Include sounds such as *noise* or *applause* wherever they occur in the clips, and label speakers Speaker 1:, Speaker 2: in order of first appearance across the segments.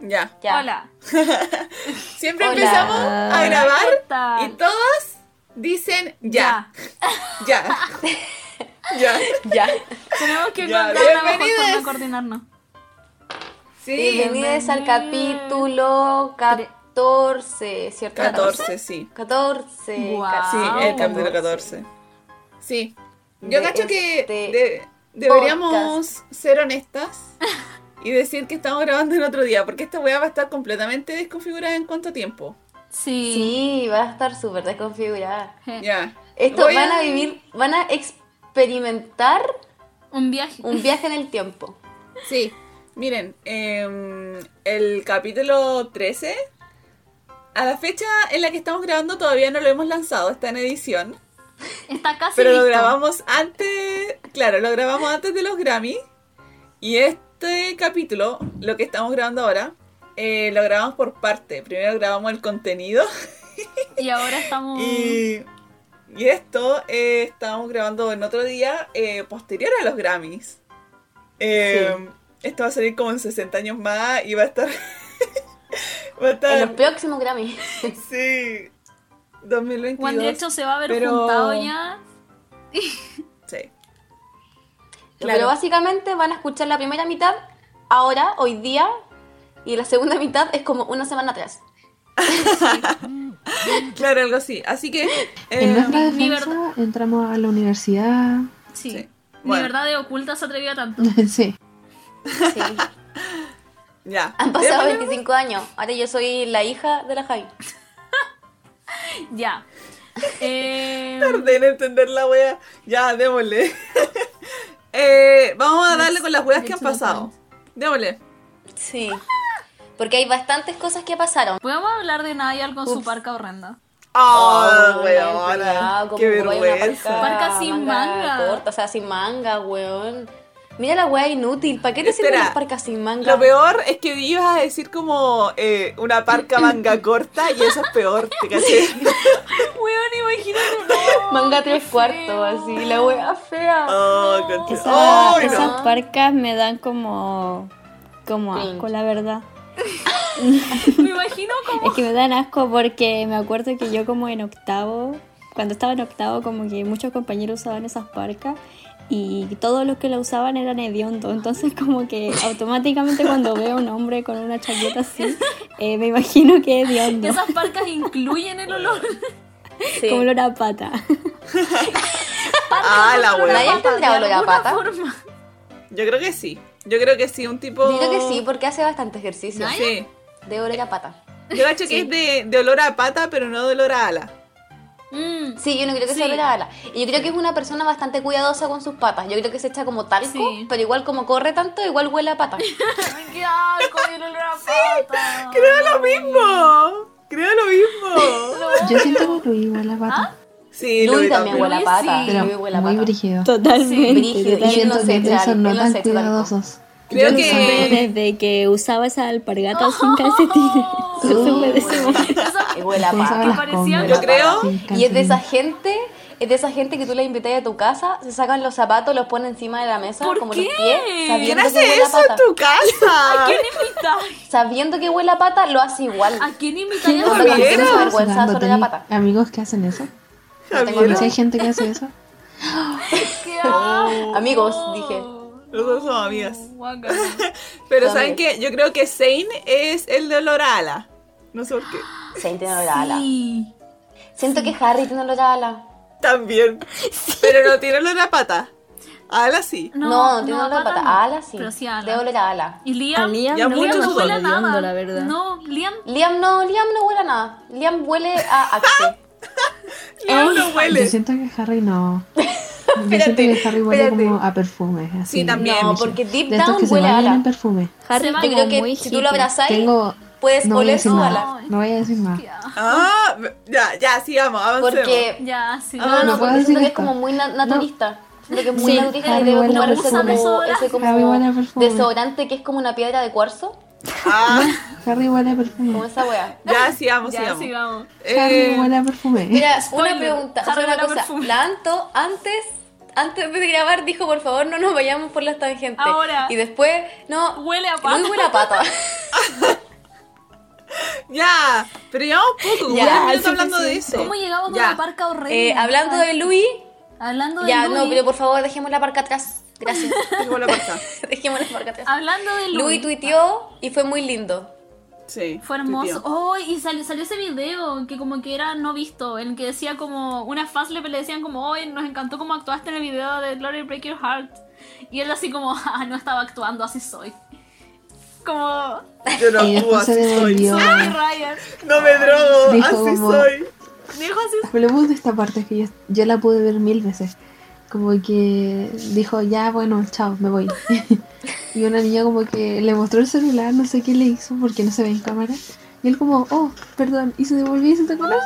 Speaker 1: Ya.
Speaker 2: Ya.
Speaker 3: Hola.
Speaker 1: *laughs* Siempre
Speaker 2: Hola.
Speaker 1: empezamos a grabar
Speaker 3: Corta.
Speaker 1: y todas dicen ya, *laughs* ya, ya.
Speaker 2: Ya.
Speaker 3: Tenemos que
Speaker 1: Ya,
Speaker 3: encontrar la mejor forma
Speaker 1: bienvenides.
Speaker 3: de coordinarnos.
Speaker 1: Sí,
Speaker 2: Bienvenidos al capítulo 14, ¿cierto?
Speaker 1: 14, sí.
Speaker 2: 14.
Speaker 3: Guau.
Speaker 1: Sí, el
Speaker 3: Ah,
Speaker 1: capítulo 14. Sí. Yo
Speaker 2: De
Speaker 1: cacho que
Speaker 2: este
Speaker 1: de- deberíamos ser honestas y decir que estamos grabando en otro día, porque esta weá va a estar completamente desconfigurada en cuánto tiempo.
Speaker 3: Sí.
Speaker 2: Sí, va a estar súper desconfigurada.
Speaker 3: Je.
Speaker 1: Ya.
Speaker 2: Esto
Speaker 1: Voy
Speaker 2: van a vivir, van a experimentar
Speaker 3: Un viaje.
Speaker 2: un viaje en el tiempo.
Speaker 1: Sí, miren, em, el capítulo 13, a la fecha en la que estamos grabando todavía no lo hemos lanzado, está en edición,
Speaker 3: *laughs* Está casi
Speaker 1: pero lo
Speaker 3: listo.
Speaker 1: grabamos antes, claro, lo grabamos antes de los Grammy y este capítulo, lo que estamos grabando ahora, eh, lo grabamos por parte, primero grabamos el contenido
Speaker 3: Y ahora estamos.
Speaker 1: y, y esto eh, estábamos grabando en otro día eh, posterior a los Grammys. Eh, Esto va a salir como en 60 años más y va a estar... *laughs* va a
Speaker 2: En los
Speaker 1: estar...
Speaker 2: próximos
Speaker 1: *laughs*
Speaker 2: Grammy.
Speaker 1: Sí.
Speaker 3: One
Speaker 1: 2022.
Speaker 3: Direction se va a ver
Speaker 1: pero-
Speaker 3: juntado ya.
Speaker 1: Sí. Claro.
Speaker 2: Pero básicamente van a escuchar la primera mitad ahora, hoy día, y la segunda mitad es como una semana atrás.
Speaker 1: Claro, algo así. Así que...
Speaker 4: En
Speaker 1: eh,
Speaker 4: nuestra
Speaker 3: mi
Speaker 4: defensa entramos a
Speaker 2: *laughs*
Speaker 4: la universidad.
Speaker 3: Sí.
Speaker 1: Sí.
Speaker 3: Mi
Speaker 1: Bueno.
Speaker 3: verdad de oculta se atrevió a tanto. *laughs*
Speaker 4: sí.
Speaker 2: Sí.
Speaker 1: *laughs* ya.
Speaker 2: Han pasado
Speaker 1: Démosle-
Speaker 2: 25 años. Ahora yo soy la hija de la Javi.
Speaker 3: Ya. Eh,
Speaker 1: Tardé en entender la wea. Ya, démosle. *laughs* Eh, vamos a darle con las weas que han pasado. Démosle.
Speaker 2: Sí. Porque hay bastantes cosas que pasaron.
Speaker 3: Podemos hablar de Nayal con su
Speaker 2: Ups.
Speaker 3: parca horrenda.
Speaker 1: ¡Ah,
Speaker 2: Oh,
Speaker 1: weona!
Speaker 2: cuidado, como
Speaker 1: ¡Qué
Speaker 2: vaya una
Speaker 1: vergüenza!
Speaker 3: Parca sin manga.
Speaker 2: Corta, o sea, sin manga, weón. Mira la weá inútil. ¿Para qué te sirven
Speaker 1: Espera.
Speaker 2: las parcas sin manga?
Speaker 1: Lo peor es que ibas a decir como eh, una parca manga
Speaker 2: *clears throat*
Speaker 1: corta y eso es peor, ¿te
Speaker 2: *laughs*
Speaker 1: caché?
Speaker 3: Weón, imagínate. No,
Speaker 2: Manga
Speaker 3: qué
Speaker 2: tres
Speaker 3: feo.
Speaker 2: cuartos, así. La weá fea.
Speaker 1: *laughs* ¡Oh, conche-
Speaker 5: Esa-
Speaker 1: ¡Oh,
Speaker 2: esa-
Speaker 1: no!
Speaker 5: Esas parcas me dan como, como asco, la verdad.
Speaker 3: Me imagino
Speaker 5: *laughs*
Speaker 3: como.
Speaker 5: Es que me dan asco porque me acuerdo que yo como en octavo, cuando estaba en octavo, como que muchos compañeros usaban esas parcas y todos los que la usaban eran hediondos. Entonces como que automáticamente cuando veo a un hombre con una chaqueta así, eh, me imagino que es hediondo.
Speaker 3: Esas parcas incluyen el olor. *laughs*
Speaker 2: Sí.
Speaker 5: Como olor a pata.
Speaker 1: ¡Ah, la
Speaker 2: Nadie
Speaker 1: wea!
Speaker 3: Pata,
Speaker 2: tendrá
Speaker 3: de
Speaker 2: olor a
Speaker 3: alguna
Speaker 2: pata.
Speaker 3: forma.
Speaker 1: Yo creo que sí. Yo creo que sí, un tipo...
Speaker 2: Yo creo que sí, porque hace bastante ejercicio.
Speaker 1: Sí.
Speaker 2: De olor a pata.
Speaker 1: Yo cacho que es de, de olor a pata, pero no de olor a ala.
Speaker 3: Mm,
Speaker 2: Sí, yo no creo que
Speaker 3: Sí.
Speaker 2: sea olor a ala. Y yo creo que es una persona bastante cuidadosa con sus patas. Yo creo que se echa como talco,
Speaker 3: Sí.
Speaker 2: pero igual como corre tanto, igual huele a pata.
Speaker 3: ¡Qué asco! el olor a pata.
Speaker 2: Ah.
Speaker 1: ¡Creo lo mismo! ¡Creo lo mismo!
Speaker 4: Yo siento que Luis huele a
Speaker 2: Ah,
Speaker 4: pata.
Speaker 1: Sí, lo
Speaker 2: Luis
Speaker 1: vi
Speaker 2: también huele a
Speaker 3: Luis
Speaker 2: pata.
Speaker 3: sí.
Speaker 4: Pero
Speaker 2: Luis huele a
Speaker 4: muy
Speaker 2: pata.
Speaker 4: brígido.
Speaker 5: Totalmente.
Speaker 2: brígido.
Speaker 4: Yo
Speaker 2: Y él
Speaker 4: siento
Speaker 2: no se
Speaker 4: que ellos
Speaker 2: echa-
Speaker 4: son no
Speaker 2: él no
Speaker 4: tan
Speaker 2: se echa
Speaker 4: cuidadosos.
Speaker 1: Creo
Speaker 5: yo lo
Speaker 1: que-
Speaker 5: supe desde que usaba esas alpargatas sin calcetines. Yo
Speaker 3: *laughs*
Speaker 5: supe de ese momento.
Speaker 3: Esa-
Speaker 2: Y huele a
Speaker 4: Con
Speaker 2: pata.
Speaker 4: esas
Speaker 3: parecía-
Speaker 4: congas,
Speaker 1: Yo creo-
Speaker 4: sin
Speaker 2: Y es de esa
Speaker 4: calcetines.
Speaker 2: gente, es de esa gente que tú la invitas a tu casa, se sacan los zapatos, los ponen encima de la mesa,
Speaker 3: ¿Por
Speaker 2: como
Speaker 3: qué?
Speaker 2: los pies,
Speaker 1: ¿Quién
Speaker 2: sabiendo que
Speaker 1: hace
Speaker 2: huele a
Speaker 1: eso en
Speaker 2: pata.
Speaker 1: tu
Speaker 2: *laughs*
Speaker 1: casa?
Speaker 3: ¿Quién invitáis?
Speaker 2: Sabiendo que huele a pata, lo hace igual.
Speaker 3: ¿A quién
Speaker 4: ¿Quién
Speaker 3: invitáis?
Speaker 2: no
Speaker 4: no
Speaker 2: lo
Speaker 4: lo
Speaker 2: tiene
Speaker 4: hizo?
Speaker 2: su vergüenza, solo
Speaker 4: Cuando
Speaker 2: la
Speaker 4: tenés
Speaker 2: pata.
Speaker 4: Amigos que hacen eso.
Speaker 1: Javiera,
Speaker 4: Si hay
Speaker 2: *laughs*
Speaker 4: gente que hace eso.
Speaker 3: ¡Qué asco!
Speaker 2: Amigos, dije.
Speaker 1: Nosotros somos amigas.
Speaker 3: Guácala.
Speaker 1: Pero
Speaker 2: Son
Speaker 1: ¿saben qué? Yo creo que Zane es el de olor a ala. No sé por qué.
Speaker 2: Se tiene olor a ala.
Speaker 3: Sí.
Speaker 2: Siento que Harry tiene olor a ala.
Speaker 1: También. Pero no tiene olor a pata. Ala sí.
Speaker 2: No, no, tiene olor a pata.
Speaker 3: no.
Speaker 2: A ala sí.
Speaker 3: Pero sí a ala.
Speaker 2: Debe oler a ala.
Speaker 3: ¿Y Liam?
Speaker 5: Liam
Speaker 1: Ya
Speaker 5: no
Speaker 1: mucho
Speaker 5: me
Speaker 1: sudor.
Speaker 5: huele a
Speaker 3: nada.
Speaker 5: hediondo, la verdad.
Speaker 3: No, Liam.
Speaker 2: Liam no, Liam no huele a nada. Liam huele a Axe.
Speaker 1: No, no
Speaker 4: Yo
Speaker 1: huele.
Speaker 4: siento que
Speaker 2: *laughs*
Speaker 4: Harry no. Yo siento que Harry huele
Speaker 1: espérate.
Speaker 4: como a perfume. Así,
Speaker 1: Sí, también.
Speaker 2: No, porque deep
Speaker 4: De estos
Speaker 2: down
Speaker 4: que se
Speaker 2: huele a
Speaker 4: bañan en
Speaker 2: ala.
Speaker 4: perfume.
Speaker 3: *laughs*
Speaker 5: Harry
Speaker 3: Se
Speaker 2: Yo
Speaker 3: va
Speaker 5: como
Speaker 2: creo que
Speaker 5: muy
Speaker 2: si tú lo
Speaker 5: hippie.
Speaker 2: abrazas,
Speaker 4: Tengo,
Speaker 2: puedes
Speaker 4: No voy a
Speaker 2: oler
Speaker 4: decir
Speaker 2: su ala.
Speaker 4: nada. No voy a decir nada.
Speaker 3: Qué asco.
Speaker 1: Ah, ya, ya, sigamos, avancemos.
Speaker 2: Porque.
Speaker 3: Ya, sí.
Speaker 1: Ah,
Speaker 2: No,
Speaker 1: no
Speaker 2: no,
Speaker 4: puedo
Speaker 2: porque
Speaker 4: decir
Speaker 2: siento que es
Speaker 4: esto.
Speaker 2: como muy na- naturista. Siento que es muy
Speaker 5: Sí,
Speaker 2: naturista y
Speaker 4: Harry
Speaker 2: debe
Speaker 4: huele
Speaker 2: ocupar
Speaker 4: a
Speaker 2: ese
Speaker 3: perfume.
Speaker 2: como, ese
Speaker 4: Harry huele a
Speaker 2: como
Speaker 4: perfume.
Speaker 2: desodorante que es como una piedra de cuarzo.
Speaker 1: Ah,
Speaker 4: Harry huele a
Speaker 2: Como
Speaker 4: perfume.
Speaker 2: esa weá.
Speaker 1: ya, sigamos,
Speaker 3: ya,
Speaker 1: sigamos.
Speaker 3: sigamos.
Speaker 4: Harry
Speaker 1: Eh,
Speaker 4: huele a perfume.
Speaker 2: Mira,
Speaker 3: Spoiler,
Speaker 2: una pregunta, o sea,
Speaker 3: Harry
Speaker 2: una
Speaker 3: huele a
Speaker 2: cosa.
Speaker 3: perfume.
Speaker 2: La Anto, antes, antes de grabar, dijo, por favor, no nos vayamos por las tangentes.
Speaker 3: Ahora.
Speaker 2: Y después, no.
Speaker 3: Huele a pata.
Speaker 2: Muy buena
Speaker 3: *laughs*
Speaker 2: pata. Eh,
Speaker 1: ya, pero llevamos poco,
Speaker 2: Ya,
Speaker 1: ya,
Speaker 2: sí, sí,
Speaker 1: hablando de eso.
Speaker 3: ¿Cómo llegamos
Speaker 1: Ya.
Speaker 3: a
Speaker 1: *laughs*
Speaker 3: la parca horrible?
Speaker 2: Eh, hablando de Luis,
Speaker 3: Hablando de
Speaker 2: ya,
Speaker 3: Louis.
Speaker 2: no, pero por favor, dejemos la parca atrás.
Speaker 3: *laughs*
Speaker 2: Gracias. *laughs*
Speaker 1: Dejemos la parca.
Speaker 2: dejemos la parca atrás.
Speaker 3: Hablando de
Speaker 2: Luis
Speaker 3: Louis.
Speaker 2: tuiteó y fue muy lindo.
Speaker 1: Sí.
Speaker 3: Fue
Speaker 1: tu
Speaker 3: hermoso.
Speaker 1: tío.
Speaker 3: Oh, y salió, salió ese video que como que era no visto, en el que decía como una fans le, le decían como, hoy nos encantó cómo actuaste en el video de Glory Break Your Heart. Y él así como, *laughs* ah, no estaba actuando, así soy. Como,
Speaker 1: Yo
Speaker 4: *laughs*
Speaker 1: no
Speaker 4: Y
Speaker 1: actúo,
Speaker 4: después se
Speaker 1: así soy.
Speaker 4: devolvió.
Speaker 3: soy Ryan.
Speaker 1: No me drogo,
Speaker 4: Dijo
Speaker 1: así
Speaker 4: como-
Speaker 1: soy.
Speaker 3: Dijo así.
Speaker 4: Pero lo bueno de esta parte es que yo, yo la pude ver mil veces. Como que dijo, ya bueno, chao, me voy. *laughs* y una niña como que le mostró el celular, no sé qué le hizo porque no se ve en cámara. Y él como, oh, perdón, y se devolvió y se tocó la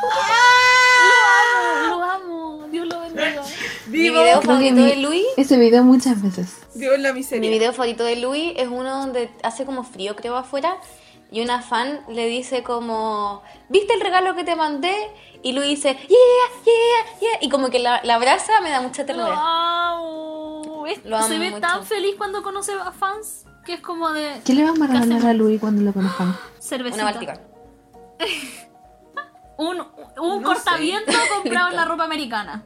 Speaker 3: Lo amo, Dios lo bendiga.
Speaker 2: Mi
Speaker 1: Vivo,
Speaker 2: video
Speaker 4: creo que
Speaker 2: favorito
Speaker 4: mi-
Speaker 2: de Luis
Speaker 4: Ese video muchas veces.
Speaker 1: vivo en la
Speaker 2: Mi
Speaker 1: miseria.
Speaker 2: video favorito de Louis es uno donde hace como frío, creo, afuera. Y una fan le dice como, ¿viste el regalo que te mandé? Y Louis dice, yeah, yeah, yeah. Y como que la, la abraza, me da mucha
Speaker 3: Lo
Speaker 2: ternura.
Speaker 3: amo. Es-
Speaker 2: Lo amo
Speaker 3: se ve
Speaker 2: mucho.
Speaker 3: tan feliz cuando conoce a fans que es como de
Speaker 4: ¿Qué le vamos a
Speaker 3: ¿Qué
Speaker 4: regalar
Speaker 3: hacemos?
Speaker 4: a Louis cuando lo conozcamos?
Speaker 2: Una
Speaker 3: cervecita.
Speaker 2: báltica.
Speaker 3: un
Speaker 1: No
Speaker 3: un cortaviento comprado en la ropa americana.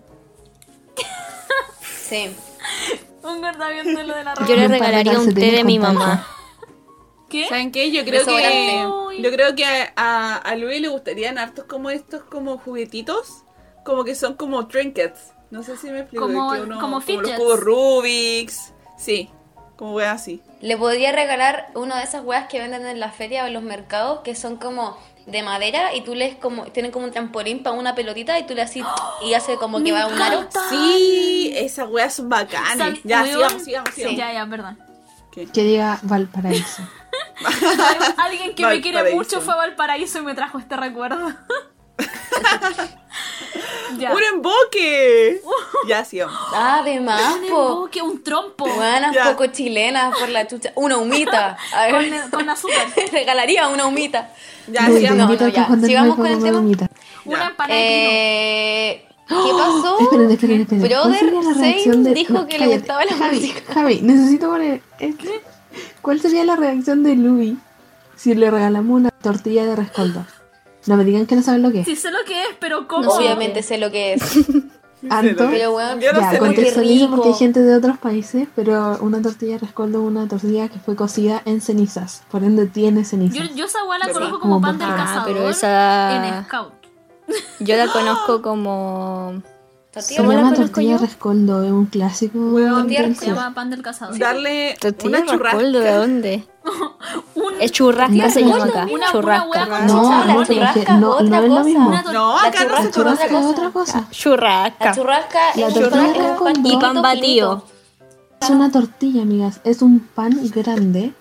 Speaker 2: Sí.
Speaker 3: Un cortaviento en lo de la ropa.
Speaker 5: Yo
Speaker 4: Y
Speaker 5: le
Speaker 4: un par de
Speaker 5: regalaría un té
Speaker 4: calcetines
Speaker 5: de mi
Speaker 4: con
Speaker 5: mamá.
Speaker 3: ¿Qué?
Speaker 1: ¿Saben qué? Yo creo que
Speaker 3: Desodorante.
Speaker 1: yo creo que a, a, a Luis le gustarían hartos como estos como juguetitos, como que son como trinkets. No sé si me explico.
Speaker 3: Como-
Speaker 1: que uno-
Speaker 3: como
Speaker 1: los
Speaker 3: fidgets.
Speaker 1: cubos Rubik's. Sí, como weas así.
Speaker 2: Le podría regalar una de esas weas que venden en la feria o en los mercados que son como de madera y tú les como, tienen como un trampolín para una pelotita y tú le haces y hace como que
Speaker 3: ¡Me
Speaker 2: va a un aro.
Speaker 3: encanta!
Speaker 1: Sí, esas weas son
Speaker 3: Sab-
Speaker 1: bacanes. Ah, Ya,
Speaker 3: weón.
Speaker 1: sigamos, sigamos, sigamos.
Speaker 3: Ya, ya, perdón.
Speaker 4: Que diga Valparaíso.
Speaker 3: Alguien que me quiere
Speaker 1: Valparaíso.
Speaker 3: mucho fue a Valparaíso y me trajo este recuerdo. ya. Uh.
Speaker 1: ¡Un emboque! Ya, sigamos.
Speaker 2: Ah, de más,
Speaker 3: Un
Speaker 2: po.
Speaker 3: emboque, un trompo.
Speaker 2: Buenas,
Speaker 1: Ya.
Speaker 2: poco chilenas por la chucha. Una humita. A ver.
Speaker 3: Con, con azúcar.
Speaker 5: *laughs*
Speaker 2: Regalaría una humita.
Speaker 1: Ya,
Speaker 4: Louis, te
Speaker 1: sigamos.
Speaker 4: invito
Speaker 2: no,
Speaker 4: a que
Speaker 2: ya.
Speaker 4: cuando
Speaker 2: Sigamos
Speaker 4: nos
Speaker 2: con el
Speaker 4: vamos a
Speaker 2: tema.
Speaker 4: vomitar.
Speaker 3: Una
Speaker 2: Ah,
Speaker 1: Ya.
Speaker 3: empanada de
Speaker 2: Eh,
Speaker 5: *gasps*
Speaker 2: ¿Qué pasó?
Speaker 4: Esperen, esperen, esperen.
Speaker 2: Brother
Speaker 4: ¿Cuál sería la
Speaker 2: Zayn
Speaker 4: reacción de-
Speaker 2: dijo
Speaker 4: no,
Speaker 2: que le
Speaker 4: cállate.
Speaker 2: gustaba la
Speaker 4: Javi,
Speaker 2: música.
Speaker 4: Javi, necesito poner... este. ¿Cuál sería la reacción de Louis si le regalamos una tortilla de rescoldo? No me digan que no saben lo que
Speaker 3: pino.
Speaker 4: es.
Speaker 3: Sí sé lo que es, pero ¿cómo?
Speaker 2: No, obviamente sé lo que
Speaker 5: *laughs*
Speaker 2: es.
Speaker 4: Harto.
Speaker 2: Pero weón,
Speaker 1: Yo no sé
Speaker 4: ya,
Speaker 1: lo que es.
Speaker 4: contextualizo
Speaker 2: rico.
Speaker 4: porque hay gente de otros países, pero una tortilla de rescoldo es una tortilla que fue cocida en cenizas. Por ende, tiene
Speaker 3: Yo,
Speaker 4: cenizas.
Speaker 3: yo esa hueá la
Speaker 1: ¿Verdad?
Speaker 3: conozco como
Speaker 4: Como
Speaker 3: pan del
Speaker 4: papá.
Speaker 3: cazador
Speaker 5: pero esa-
Speaker 3: en Scout.
Speaker 5: Yo la conozco como...
Speaker 4: Se
Speaker 2: Tortilla, ¿cómo la
Speaker 4: llama
Speaker 2: conozco
Speaker 4: tortilla
Speaker 2: yo?
Speaker 4: rescoldo, es un clásico.
Speaker 1: Weón,
Speaker 4: del
Speaker 2: tortilla
Speaker 3: Se
Speaker 4: sur.
Speaker 3: llama pan del cazador.
Speaker 1: Darle una
Speaker 5: Tortilla de rescoldo, ¿de
Speaker 1: churrasca.
Speaker 5: dónde?
Speaker 3: Un-
Speaker 5: Es churrasca, se llama acá.
Speaker 3: Una- una hueá
Speaker 5: Churrasca.
Speaker 3: con
Speaker 4: No,
Speaker 2: Chucha,
Speaker 3: chicharrones.
Speaker 2: la
Speaker 4: no, pero es que
Speaker 2: churrasca es
Speaker 4: no- no
Speaker 2: otra
Speaker 4: es lo
Speaker 2: cosa.
Speaker 4: mismo.
Speaker 3: Una tor-
Speaker 1: No,
Speaker 2: La
Speaker 1: acá no
Speaker 4: La
Speaker 1: se conoce
Speaker 2: churrasca
Speaker 4: churrasca es
Speaker 2: cosa.
Speaker 4: otra cosa.
Speaker 2: La
Speaker 5: Churrasca.
Speaker 2: churrasca
Speaker 4: La
Speaker 2: es un pan,
Speaker 4: tortilla
Speaker 2: es un pan
Speaker 4: con-
Speaker 5: Y pan
Speaker 2: finito,
Speaker 5: batido.
Speaker 2: finito.
Speaker 4: Es una tortilla, amigas. Es un pan grande,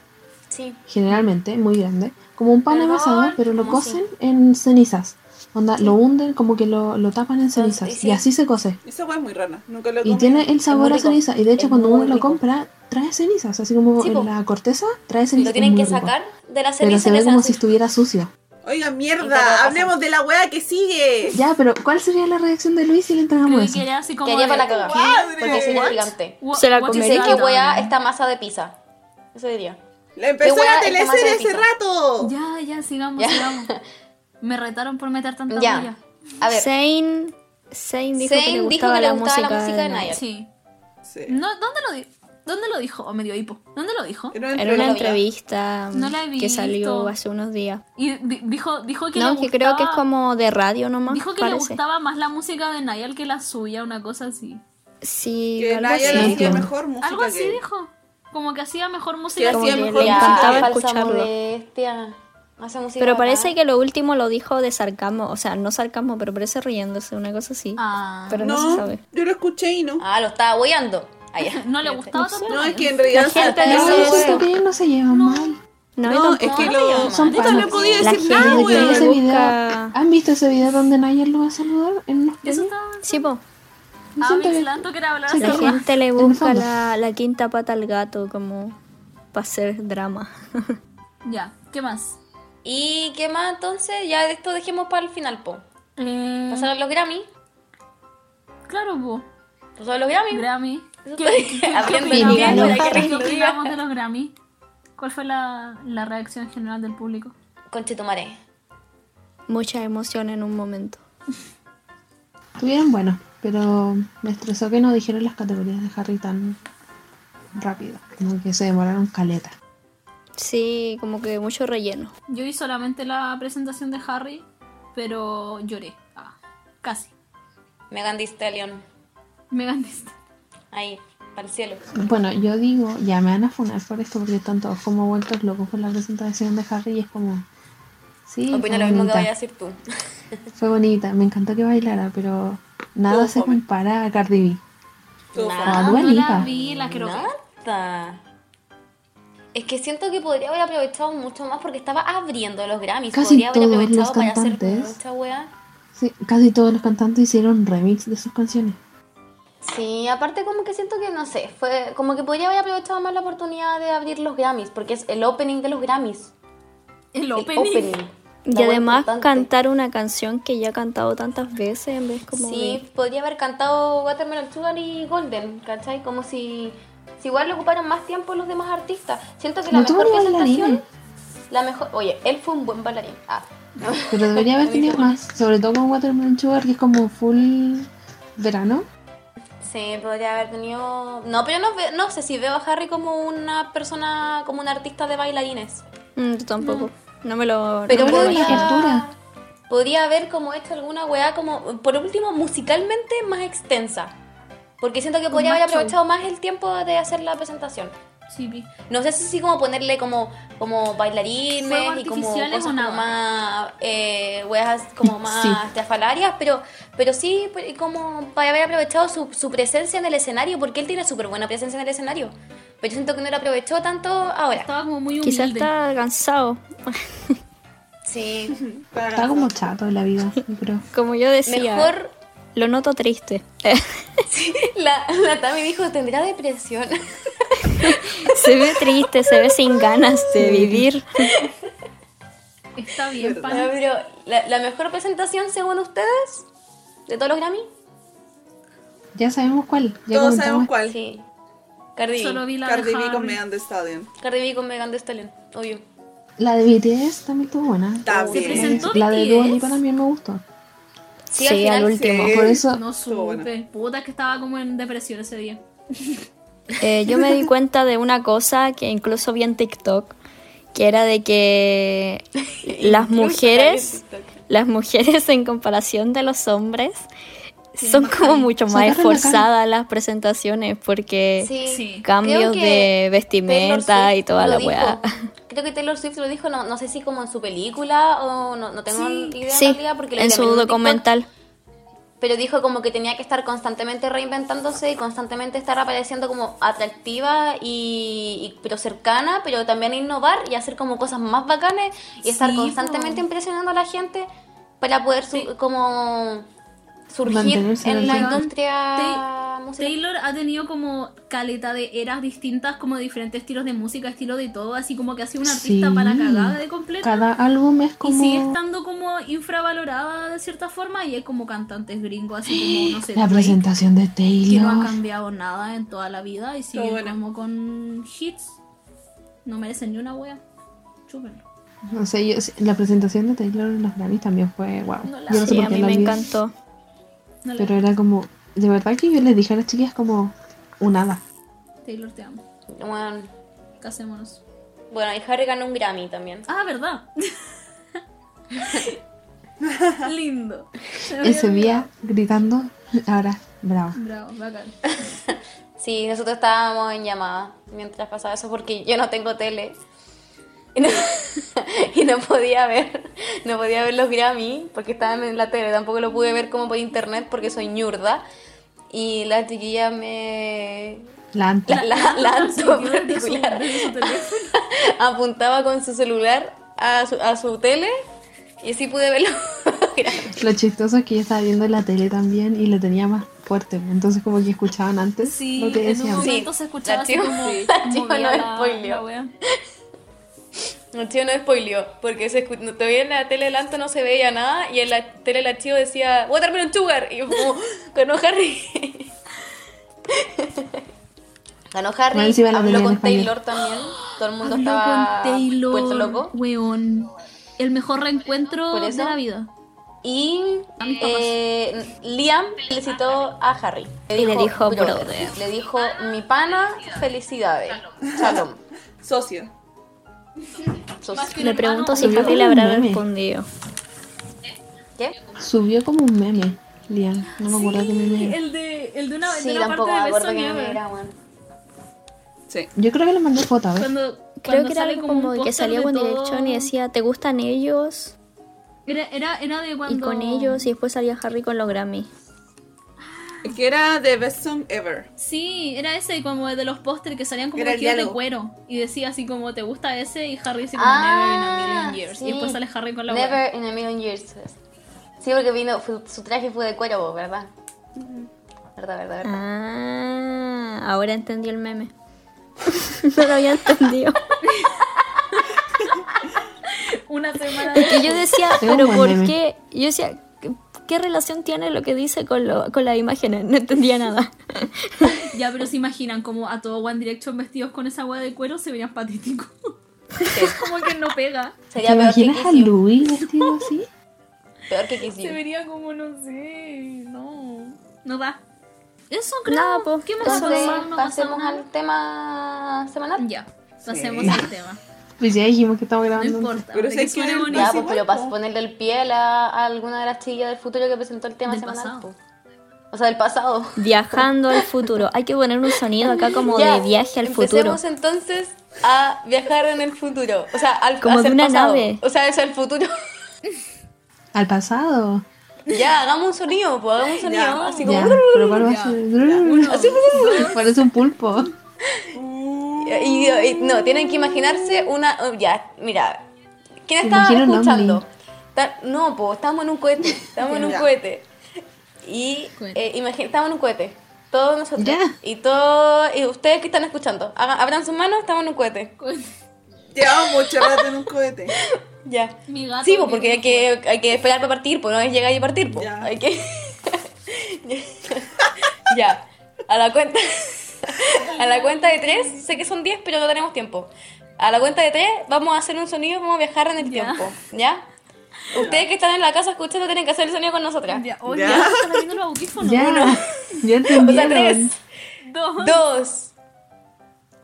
Speaker 2: Sí.
Speaker 4: generalmente, muy grande. Como un pan
Speaker 3: Perdón,
Speaker 4: amasado, pero lo
Speaker 3: como
Speaker 4: cocen en cenizas. Onda, lo hunden, como que lo, lo tapan en cenizas.
Speaker 2: sí.
Speaker 4: Y así se cose.
Speaker 1: Esa wea es muy rara. Nunca lo he
Speaker 4: Y
Speaker 1: comido.
Speaker 4: tiene el sabor a
Speaker 2: rico.
Speaker 4: ceniza. Y de hecho,
Speaker 2: Es
Speaker 4: cuando
Speaker 2: muy
Speaker 4: uno lo
Speaker 2: rico.
Speaker 4: compra, trae cenizas. Así como
Speaker 2: Sí, po.
Speaker 4: en la corteza, trae cenizas.
Speaker 2: Lo
Speaker 4: es
Speaker 2: tienen
Speaker 4: muy
Speaker 2: que
Speaker 4: rico.
Speaker 2: sacar de la
Speaker 4: Pero
Speaker 2: ceniza
Speaker 4: se
Speaker 2: y
Speaker 4: ve
Speaker 2: le
Speaker 4: como si
Speaker 2: hacen-
Speaker 4: estuviera sucio.
Speaker 1: Oiga,
Speaker 2: Y todo
Speaker 1: mierda,
Speaker 2: pasa.
Speaker 1: hablemos de la wea que sigue.
Speaker 4: Ya, pero ¿cuál sería la reacción de Luis si le entregamos
Speaker 3: Creo que
Speaker 4: eso?
Speaker 3: era así como
Speaker 2: Que haría
Speaker 3: de-
Speaker 2: para la cagada.
Speaker 1: Madre.
Speaker 2: Porque sería
Speaker 1: What?
Speaker 2: gigante.
Speaker 3: Wha-
Speaker 5: Se la
Speaker 3: what is
Speaker 5: Me
Speaker 2: Dice
Speaker 3: that?
Speaker 2: que
Speaker 5: encanta.
Speaker 2: hueá esta masa de pizza. Eso diría.
Speaker 1: La empezó
Speaker 2: Qué
Speaker 1: la
Speaker 2: wea, esta masa
Speaker 1: teleserie
Speaker 2: de
Speaker 1: hace
Speaker 2: pizza.
Speaker 1: rato.
Speaker 3: Ya, ya, sigamos,
Speaker 2: Ya.
Speaker 3: sigamos. Me retaron por meter tanta
Speaker 2: Ya.
Speaker 3: ya.
Speaker 2: A ver.
Speaker 5: Zayn Zayn dijo que le
Speaker 2: Zayn dijo
Speaker 5: gustaba,
Speaker 2: que le
Speaker 5: la,
Speaker 2: gustaba la
Speaker 5: música
Speaker 2: música de
Speaker 5: Naya.
Speaker 2: Naya.
Speaker 3: Sí.
Speaker 1: Sí.
Speaker 3: No, ¿dónde lo dijo? ¿Dónde lo dijo? O medio hipo. ¿Dónde lo dijo?
Speaker 1: Era una
Speaker 5: Era una
Speaker 1: entrevista.
Speaker 5: entrevista
Speaker 3: No la he
Speaker 5: que salió
Speaker 3: visto.
Speaker 5: hace unos días.
Speaker 3: Y di- dijo, dijo que le
Speaker 5: no, que
Speaker 3: gustaba,
Speaker 5: creo que es como de radio nomás.
Speaker 3: Dijo que le
Speaker 5: parece.
Speaker 3: gustaba más la música de Nayal que la suya, una cosa así.
Speaker 5: Sí,
Speaker 1: Que
Speaker 5: algo
Speaker 1: Naya le
Speaker 5: así.
Speaker 1: hacía
Speaker 4: Entiendo.
Speaker 1: mejor música
Speaker 3: Algo así
Speaker 1: que-
Speaker 3: dijo. Como que hacía mejor
Speaker 1: Que
Speaker 3: música.
Speaker 5: Como
Speaker 1: hacía
Speaker 5: que
Speaker 1: mejor
Speaker 5: le
Speaker 1: música.
Speaker 5: encantaba
Speaker 2: falsa
Speaker 5: escucharlo.
Speaker 2: modestia. Hace música
Speaker 5: Pero
Speaker 2: bacán.
Speaker 5: parece que lo último lo dijo de sarcasmo, o sea, no sarcasmo, pero parece riéndose, una cosa así.
Speaker 3: Ah.
Speaker 5: pero no, se
Speaker 1: No,
Speaker 5: sabe.
Speaker 1: yo lo escuché y no.
Speaker 2: Ah, lo estaba hueando. Ah, ya.
Speaker 3: No le gustaba
Speaker 5: *laughs* No sé.
Speaker 3: tanto.
Speaker 1: No, es que en realidad
Speaker 5: La gente
Speaker 1: se-
Speaker 5: de
Speaker 4: No,
Speaker 5: Eso
Speaker 4: yo
Speaker 5: es.
Speaker 4: siento que ellos no se llevan mal.
Speaker 5: No,
Speaker 1: No, es
Speaker 5: tampoco.
Speaker 1: que lo.
Speaker 4: Son
Speaker 1: Puta, no he
Speaker 4: fans.
Speaker 1: podido
Speaker 5: La
Speaker 1: decir
Speaker 5: gente
Speaker 2: Ah,
Speaker 1: nada,
Speaker 5: que
Speaker 4: ¿Vieron ese
Speaker 1: weón.
Speaker 4: video?
Speaker 5: busca-
Speaker 4: ¿Han visto ese video donde Nayer lo va a saludar? En unos
Speaker 5: Mm,
Speaker 3: Eso
Speaker 4: premios?
Speaker 3: está.
Speaker 5: Sí, po.
Speaker 4: Me
Speaker 3: Ah,
Speaker 4: siento que-
Speaker 3: Lanto que era hablar
Speaker 4: Sí,
Speaker 3: así
Speaker 5: La
Speaker 4: Pero-
Speaker 5: gente le
Speaker 4: en
Speaker 5: busca
Speaker 4: fondo.
Speaker 5: la, la quinta pata al gato como para hacer drama. *laughs*
Speaker 3: Ya, ¿qué más?
Speaker 2: ¿Y qué más entonces? Ya de esto dejemos para el final, po.
Speaker 4: Mm.
Speaker 3: Eh,
Speaker 2: Pasar a los Grammy.
Speaker 3: claro, po.
Speaker 2: Pasar a los Grammy.
Speaker 3: Grammy.
Speaker 2: Eso
Speaker 3: ¿Qué,
Speaker 4: *laughs*
Speaker 2: estoy
Speaker 3: qué- qué
Speaker 2: abriendo
Speaker 3: opinamos?
Speaker 4: el libro
Speaker 2: para que
Speaker 3: ¿Qué
Speaker 2: lo
Speaker 3: opinamos
Speaker 2: diga.
Speaker 3: de los Grammy? ¿Cuál fue la, la reacción general del público?
Speaker 2: Conchetumare.
Speaker 5: Mucha emoción en un momento.
Speaker 4: Estuvieron buenos, pero me estresó que no dijeron las categorías de Harry tan rápido. Como que se demoraron caleta.
Speaker 5: Sí, como que mucho relleno.
Speaker 3: Yo vi solamente la presentación de Harry, pero lloré. Ah, casi.
Speaker 2: Megan Thee Stallion.
Speaker 3: Me ganaste.
Speaker 2: Ahí, para el cielo.
Speaker 4: Bueno, yo digo, ya me van a funar por esto porque están todos como vueltos locos con la presentación de Harry y es como. Sí,
Speaker 2: Opino
Speaker 4: fue
Speaker 2: lo mismo que
Speaker 4: bonita,
Speaker 2: vaya a decir tú.
Speaker 4: Fue bonita, me encantó que bailara, pero nada
Speaker 1: Todo
Speaker 4: se
Speaker 1: fome.
Speaker 4: compara a Cardi B.
Speaker 2: Nah.
Speaker 1: fome.
Speaker 4: Ah,
Speaker 3: Ah,
Speaker 4: Dua
Speaker 3: no la
Speaker 4: Lipa.
Speaker 3: vi, la quiero ver.
Speaker 2: Nada. Es que siento que podría haber aprovechado mucho más porque estaba abriendo los Grammys.
Speaker 4: Casi
Speaker 2: podría haber
Speaker 4: todos
Speaker 2: aprovechado
Speaker 4: los
Speaker 2: para hacer
Speaker 4: cantantes.
Speaker 2: mucha wea.
Speaker 4: Sí, casi todos los cantantes hicieron remix de sus canciones.
Speaker 2: Sí, aparte como que siento que no sé, fue como que podría haber aprovechado más la oportunidad de abrir los Grammys, porque es el opening de los Grammys.
Speaker 3: El
Speaker 2: El
Speaker 3: opening.
Speaker 5: Y
Speaker 2: La wea
Speaker 5: además
Speaker 2: importante.
Speaker 5: cantar una canción que ya ha cantado tantas veces en vez como
Speaker 2: Sí, podría haber cantado Watermelon Sugar y Golden, ¿cachai? Como si, si igual le ocuparon más tiempo los demás artistas. Siento que la
Speaker 4: No tuvo
Speaker 2: mejor
Speaker 4: ni
Speaker 2: presentación,
Speaker 4: bailarines.
Speaker 2: la mejor, oye, él fue un buen bailarín. Ah, no.
Speaker 4: Pero debería haber tenido más, sobre todo con Watermelon Sugar, que es como full verano.
Speaker 2: Sí, podría haber tenido. No, pero no, ve- no sé si veo a Harry como una persona, como un artista de bailarines.
Speaker 5: de... Mm, yo tampoco. No. me lo...
Speaker 2: Pero
Speaker 4: Pero
Speaker 5: no me lo
Speaker 2: podría,
Speaker 5: imagino.
Speaker 4: la apertura.
Speaker 2: podría haber como hecho alguna weá como, por último, musicalmente más extensa. Porque siento que podría
Speaker 3: más
Speaker 2: haber aprovechado más el tiempo de hacer la presentación.
Speaker 3: Sí, vi.
Speaker 2: No sé si sí como ponerle como, como
Speaker 3: Fuegos
Speaker 2: bailarines y como
Speaker 3: artificiales
Speaker 2: cosas
Speaker 3: o
Speaker 2: como
Speaker 3: nada.
Speaker 2: más eh, weas como más
Speaker 4: Sí.
Speaker 2: teafalarias, pero, pero sí pe- como para haber aprovechado su, su presencia en el escenario, porque él tiene súper buena presencia en el escenario. Pero yo siento que no lo aprovechó tanto ahora.
Speaker 3: Estaba como muy humilde.
Speaker 5: Quizás está cansado. *laughs*
Speaker 2: Sí.
Speaker 4: Está como chato la vida, yo creo.
Speaker 5: Como yo decía,
Speaker 2: Mejor
Speaker 5: lo noto triste. *laughs*
Speaker 2: la, la Tami dijo, tendrá depresión.
Speaker 3: *laughs*
Speaker 5: se ve triste, se ve sin ganas de vivir.
Speaker 3: Está bien,
Speaker 2: No,
Speaker 3: pana.
Speaker 2: pero la, la mejor presentación según ustedes de todos los Grammy?
Speaker 4: Ya sabemos cuál. Ya
Speaker 1: Todos
Speaker 4: comentamos
Speaker 1: sabemos cuál.
Speaker 2: Sí. Cardi
Speaker 3: Solo
Speaker 2: B.
Speaker 3: vi la
Speaker 1: Cardi
Speaker 3: de
Speaker 1: B con
Speaker 3: Harry.
Speaker 1: Megan Thee Stallion.
Speaker 2: Cardi B con Megan Thee Stallion, obvio.
Speaker 4: La de BTS también estuvo buena.
Speaker 1: También.
Speaker 3: Se presentó
Speaker 4: La de Dua
Speaker 3: BTS.
Speaker 4: Lipa también me gustó.
Speaker 2: Sí, al final
Speaker 5: último.
Speaker 1: sí.
Speaker 4: Por eso,
Speaker 3: No
Speaker 1: Estuvo
Speaker 3: supe.
Speaker 1: buena.
Speaker 3: Puta, que estaba como en depresión ese día.
Speaker 5: Eh, yo me di cuenta de una cosa que incluso vi en TikTok, que era de que las mujeres, las mujeres *laughs* en comparación de los hombres, son como mucho más
Speaker 4: Sacaron la cara.
Speaker 5: esforzadas las presentaciones porque
Speaker 3: Sí.
Speaker 5: eh, cambios
Speaker 2: Creo que
Speaker 5: de
Speaker 2: Taylor
Speaker 5: vestimenta
Speaker 2: Swift
Speaker 5: y toda
Speaker 2: lo
Speaker 5: la
Speaker 2: dijo.
Speaker 5: weá.
Speaker 2: Creo que Taylor Swift lo dijo, no, no sé si como en su película o no, no tengo
Speaker 3: Sí.
Speaker 2: idea en
Speaker 5: Sí,
Speaker 2: realidad porque lo vi
Speaker 5: en
Speaker 2: también
Speaker 5: su
Speaker 2: TikTok,
Speaker 5: documental.
Speaker 2: pero dijo como que tenía que estar constantemente reinventándose y constantemente estar apareciendo como atractiva y, y- pero cercana, pero también innovar y hacer como cosas más bacanes y estar
Speaker 3: Sí,
Speaker 2: constantemente
Speaker 3: po.
Speaker 2: impresionando a la gente para poder su- como surgir
Speaker 4: Mantenerse en
Speaker 2: en
Speaker 4: el
Speaker 2: la
Speaker 4: tiempo.
Speaker 2: industria musical.
Speaker 3: Taylor ha tenido como caleta de eras distintas, como diferentes estilos de música, estilo de todo, así como que ha sido una artista
Speaker 4: Sí.
Speaker 3: para cagada de completa.
Speaker 4: cada álbum es
Speaker 3: Y sigue
Speaker 4: como.
Speaker 3: estando como infravalorada de cierta forma y es como cantantes gringos, así como, no sé,
Speaker 4: La
Speaker 3: Drake,
Speaker 4: presentación de
Speaker 3: que no ha
Speaker 4: Taylor.
Speaker 3: cambiado nada en toda la vida y sigue
Speaker 1: buena.
Speaker 3: como con hits. No merecen ni una wea. Chúpenlo.
Speaker 4: No sé, yo- la presentación de Taylor en los Grammys también fue wow.
Speaker 3: No la-
Speaker 4: yo no sé
Speaker 5: Sí,
Speaker 4: por
Speaker 5: a
Speaker 4: qué
Speaker 5: mí
Speaker 4: la
Speaker 5: me
Speaker 4: vi,
Speaker 5: encantó.
Speaker 3: No la-
Speaker 4: Pero era como. De verdad que yo les dije a las chicas como. Un hada.
Speaker 3: Taylor, te amo.
Speaker 2: Bueno,
Speaker 3: Casémonos.
Speaker 2: bueno, y Harry ganó un Grammy también.
Speaker 3: Ah, ¿verdad?
Speaker 4: *laughs*
Speaker 3: *laughs* Lindo. Se me había
Speaker 4: Ese día gritando. Ahora, bravo.
Speaker 3: Bravo, bacán.
Speaker 2: Sí, nosotros estábamos en llamada mientras pasaba eso porque yo no tengo tele. Y no, *laughs* y no podía ver, no podía ver los Grammy porque estaban en la tele, tampoco lo pude ver como por internet porque soy ñurda. Y las chiquillas me,
Speaker 4: La anta.
Speaker 2: La, la, la *laughs* Anto en
Speaker 3: Consentido de su-
Speaker 2: particular
Speaker 3: de su teléfono.
Speaker 2: *laughs* apuntaba con su celular a su, a su tele y así pude verlo. Mira,
Speaker 4: Lo chistoso es que yo estaba viendo la tele también y lo tenía más fuerte. Entonces como que escuchaban antes
Speaker 3: Sí,
Speaker 4: lo que
Speaker 3: en un
Speaker 4: decían.
Speaker 3: momento
Speaker 2: Sí,
Speaker 3: se
Speaker 2: *laughs*
Speaker 3: escuchaba
Speaker 2: la
Speaker 3: así
Speaker 2: tío-
Speaker 3: como.
Speaker 2: sí, la tío
Speaker 3: movía
Speaker 2: no
Speaker 3: la-
Speaker 2: spoileó.
Speaker 3: la wea.
Speaker 2: el tío no spoileó porque se escu- no- todavía en la tele del Anto no se veía nada y en la tele del tío decía Watermelon Sugar y yo como *laughs* ganó Harry. *laughs* ganó
Speaker 4: Más
Speaker 2: Harry,
Speaker 4: encima la
Speaker 2: habló
Speaker 4: tenía en
Speaker 2: con
Speaker 4: español.
Speaker 2: Taylor también. Todo el mundo
Speaker 3: Habló
Speaker 2: estaba
Speaker 3: con Taylor,
Speaker 2: puesto loco.
Speaker 3: Weón. El mejor reencuentro
Speaker 2: ¿Por
Speaker 3: de
Speaker 2: eso?
Speaker 3: la vida.
Speaker 2: Y
Speaker 3: Tanto
Speaker 2: eh, Liam felicitó a Harry.
Speaker 5: Y le dijo,
Speaker 2: "Brother".
Speaker 5: "Brother".
Speaker 2: Le dijo, mi pana, felicidades. Shalom.
Speaker 1: Socio.
Speaker 2: Sos-
Speaker 5: Me pregunto si
Speaker 4: subió
Speaker 5: Harry le
Speaker 4: un
Speaker 5: habrá
Speaker 4: meme.
Speaker 5: respondido.
Speaker 2: ¿Qué?
Speaker 4: Subió como un meme, Lian. No me acuerdo qué meme era.
Speaker 3: El de, el de una,
Speaker 2: Sí,
Speaker 3: de una
Speaker 2: tampoco
Speaker 3: parte
Speaker 2: me
Speaker 3: de
Speaker 2: acuerdo
Speaker 3: Beso
Speaker 2: que
Speaker 3: Never.
Speaker 2: era, weón.
Speaker 1: Sí.
Speaker 4: Yo creo que le mandé foto, a ver.
Speaker 3: Cuando,
Speaker 5: Creo
Speaker 3: cuando
Speaker 5: que era
Speaker 3: sale
Speaker 5: algo
Speaker 3: como un
Speaker 5: como que
Speaker 3: póster
Speaker 5: salía
Speaker 3: de
Speaker 5: con
Speaker 3: todo-
Speaker 5: dirección y decía, ¿te gustan ellos?
Speaker 3: Era, era, era de cuando.
Speaker 5: Y con ellos, y después salía Harry con los Grammy.
Speaker 1: El que era The Best Song Ever.
Speaker 3: Sí, era ese como de los pósteres que salían como
Speaker 1: Era el
Speaker 3: vestidos de
Speaker 1: diálogo.
Speaker 3: cuero. Y decía así como, ¿te gusta ese? Y Harry así como,
Speaker 2: Ah,
Speaker 3: Never in a Million Years.
Speaker 2: sí.
Speaker 3: Y después sale Harry con la wea.
Speaker 2: Never in a million years. Sí, porque vino, fue- su traje fue de cuero, ¿verdad? ¿Verdad, verdad, verdad?
Speaker 5: Ah, ahora entendí el meme. *laughs* no lo había entendido.
Speaker 3: *laughs* Una semana
Speaker 5: *laughs* Es que yo decía,
Speaker 4: Es un
Speaker 5: pero
Speaker 4: buen
Speaker 5: ¿por
Speaker 4: meme.
Speaker 5: qué? Yo decía, ¿qué- ¿qué relación tiene lo que dice con, lo, con las imágenes? No entendía nada.
Speaker 3: Ya, pero se imaginan como a todo One Direction vestidos con esa wea de cuero se veían patéticos. *laughs* como que no pega.
Speaker 4: ¿Te
Speaker 2: Sería peor que,
Speaker 4: imaginas a
Speaker 2: Kiss You,
Speaker 4: Louis vestido así?
Speaker 2: peor que Kiss You.
Speaker 3: Se vería como, no sé, no. No da. Eso creo.
Speaker 5: Nada, pues,
Speaker 3: ¿Qué más
Speaker 5: eso
Speaker 3: pasó?
Speaker 2: Entonces,
Speaker 3: ¿No pasó
Speaker 2: pasemos
Speaker 3: nada?
Speaker 2: al tema semanal.
Speaker 3: Ya, pasemos
Speaker 1: Sí.
Speaker 3: al tema.
Speaker 4: Pues ya dijimos que estamos
Speaker 3: No
Speaker 4: grabando.
Speaker 3: importa.
Speaker 1: Pero
Speaker 3: de
Speaker 1: sé
Speaker 3: que
Speaker 1: que
Speaker 3: suene
Speaker 1: el-
Speaker 3: bonito.
Speaker 2: Ya,
Speaker 1: Buenísimo.
Speaker 2: pues, pero para ponerle el pie a, la- a alguna de las chillas del futuro que presentó el tema
Speaker 3: Del
Speaker 2: semanal.
Speaker 3: pasado.
Speaker 2: pues. O sea, del pasado.
Speaker 5: Viajando al futuro. Hay que poner un sonido acá como
Speaker 2: Ya,
Speaker 5: de viaje al futuro.
Speaker 2: Empecemos entonces a viajar en el futuro. O sea, al
Speaker 5: Como
Speaker 2: hacia el
Speaker 5: de una
Speaker 2: pasado.
Speaker 5: nave.
Speaker 2: O sea, es el futuro. *laughs*
Speaker 4: Al pasado.
Speaker 2: ya, hagamos un sonido, pues hagamos un sonido.
Speaker 1: Ya,
Speaker 2: así como.
Speaker 4: Ya, pero ¿cuál va a ser? Así, Parece un pulpo.
Speaker 2: Y, y- no, tienen que imaginarse una. oh, Ya, mira. ¿Quién
Speaker 4: Me
Speaker 2: estaba
Speaker 4: imagino un
Speaker 2: escuchando?
Speaker 4: ovni.
Speaker 2: Ta- No, pues estamos en un cohete. Estamos en un
Speaker 1: Ya.
Speaker 2: cohete. Y
Speaker 3: Cohete.
Speaker 2: eh, imagi- estamos en un cohete. Todos nosotros.
Speaker 4: Ya.
Speaker 2: Y todos. Y ustedes que están escuchando. hagan- abran sus manos, estamos en un cohete.
Speaker 1: Llevaba mucho rato en un cohete.
Speaker 2: Ya.
Speaker 3: Mi gato
Speaker 2: Sí, pues, porque
Speaker 3: tiene
Speaker 2: hay que, hay que esperar para partir, pues no es llegar y partir, pues.
Speaker 1: Ya.
Speaker 2: Hay que. *laughs* ya. A la cuenta. A la cuenta de tres, sé que son diez, pero no tenemos tiempo. A la cuenta de tres, vamos a hacer un sonido, vamos a viajar en el
Speaker 3: Ya.
Speaker 2: tiempo. ¿Ya? Ustedes que están en la casa escuchando tienen que hacer el sonido con nosotras.
Speaker 3: Ya, oh,
Speaker 1: Ya.
Speaker 3: ya, se están abriendo los audífonos.
Speaker 4: Ya, ya
Speaker 2: O sea, tres,
Speaker 4: entendieron.
Speaker 3: Dos.
Speaker 2: dos,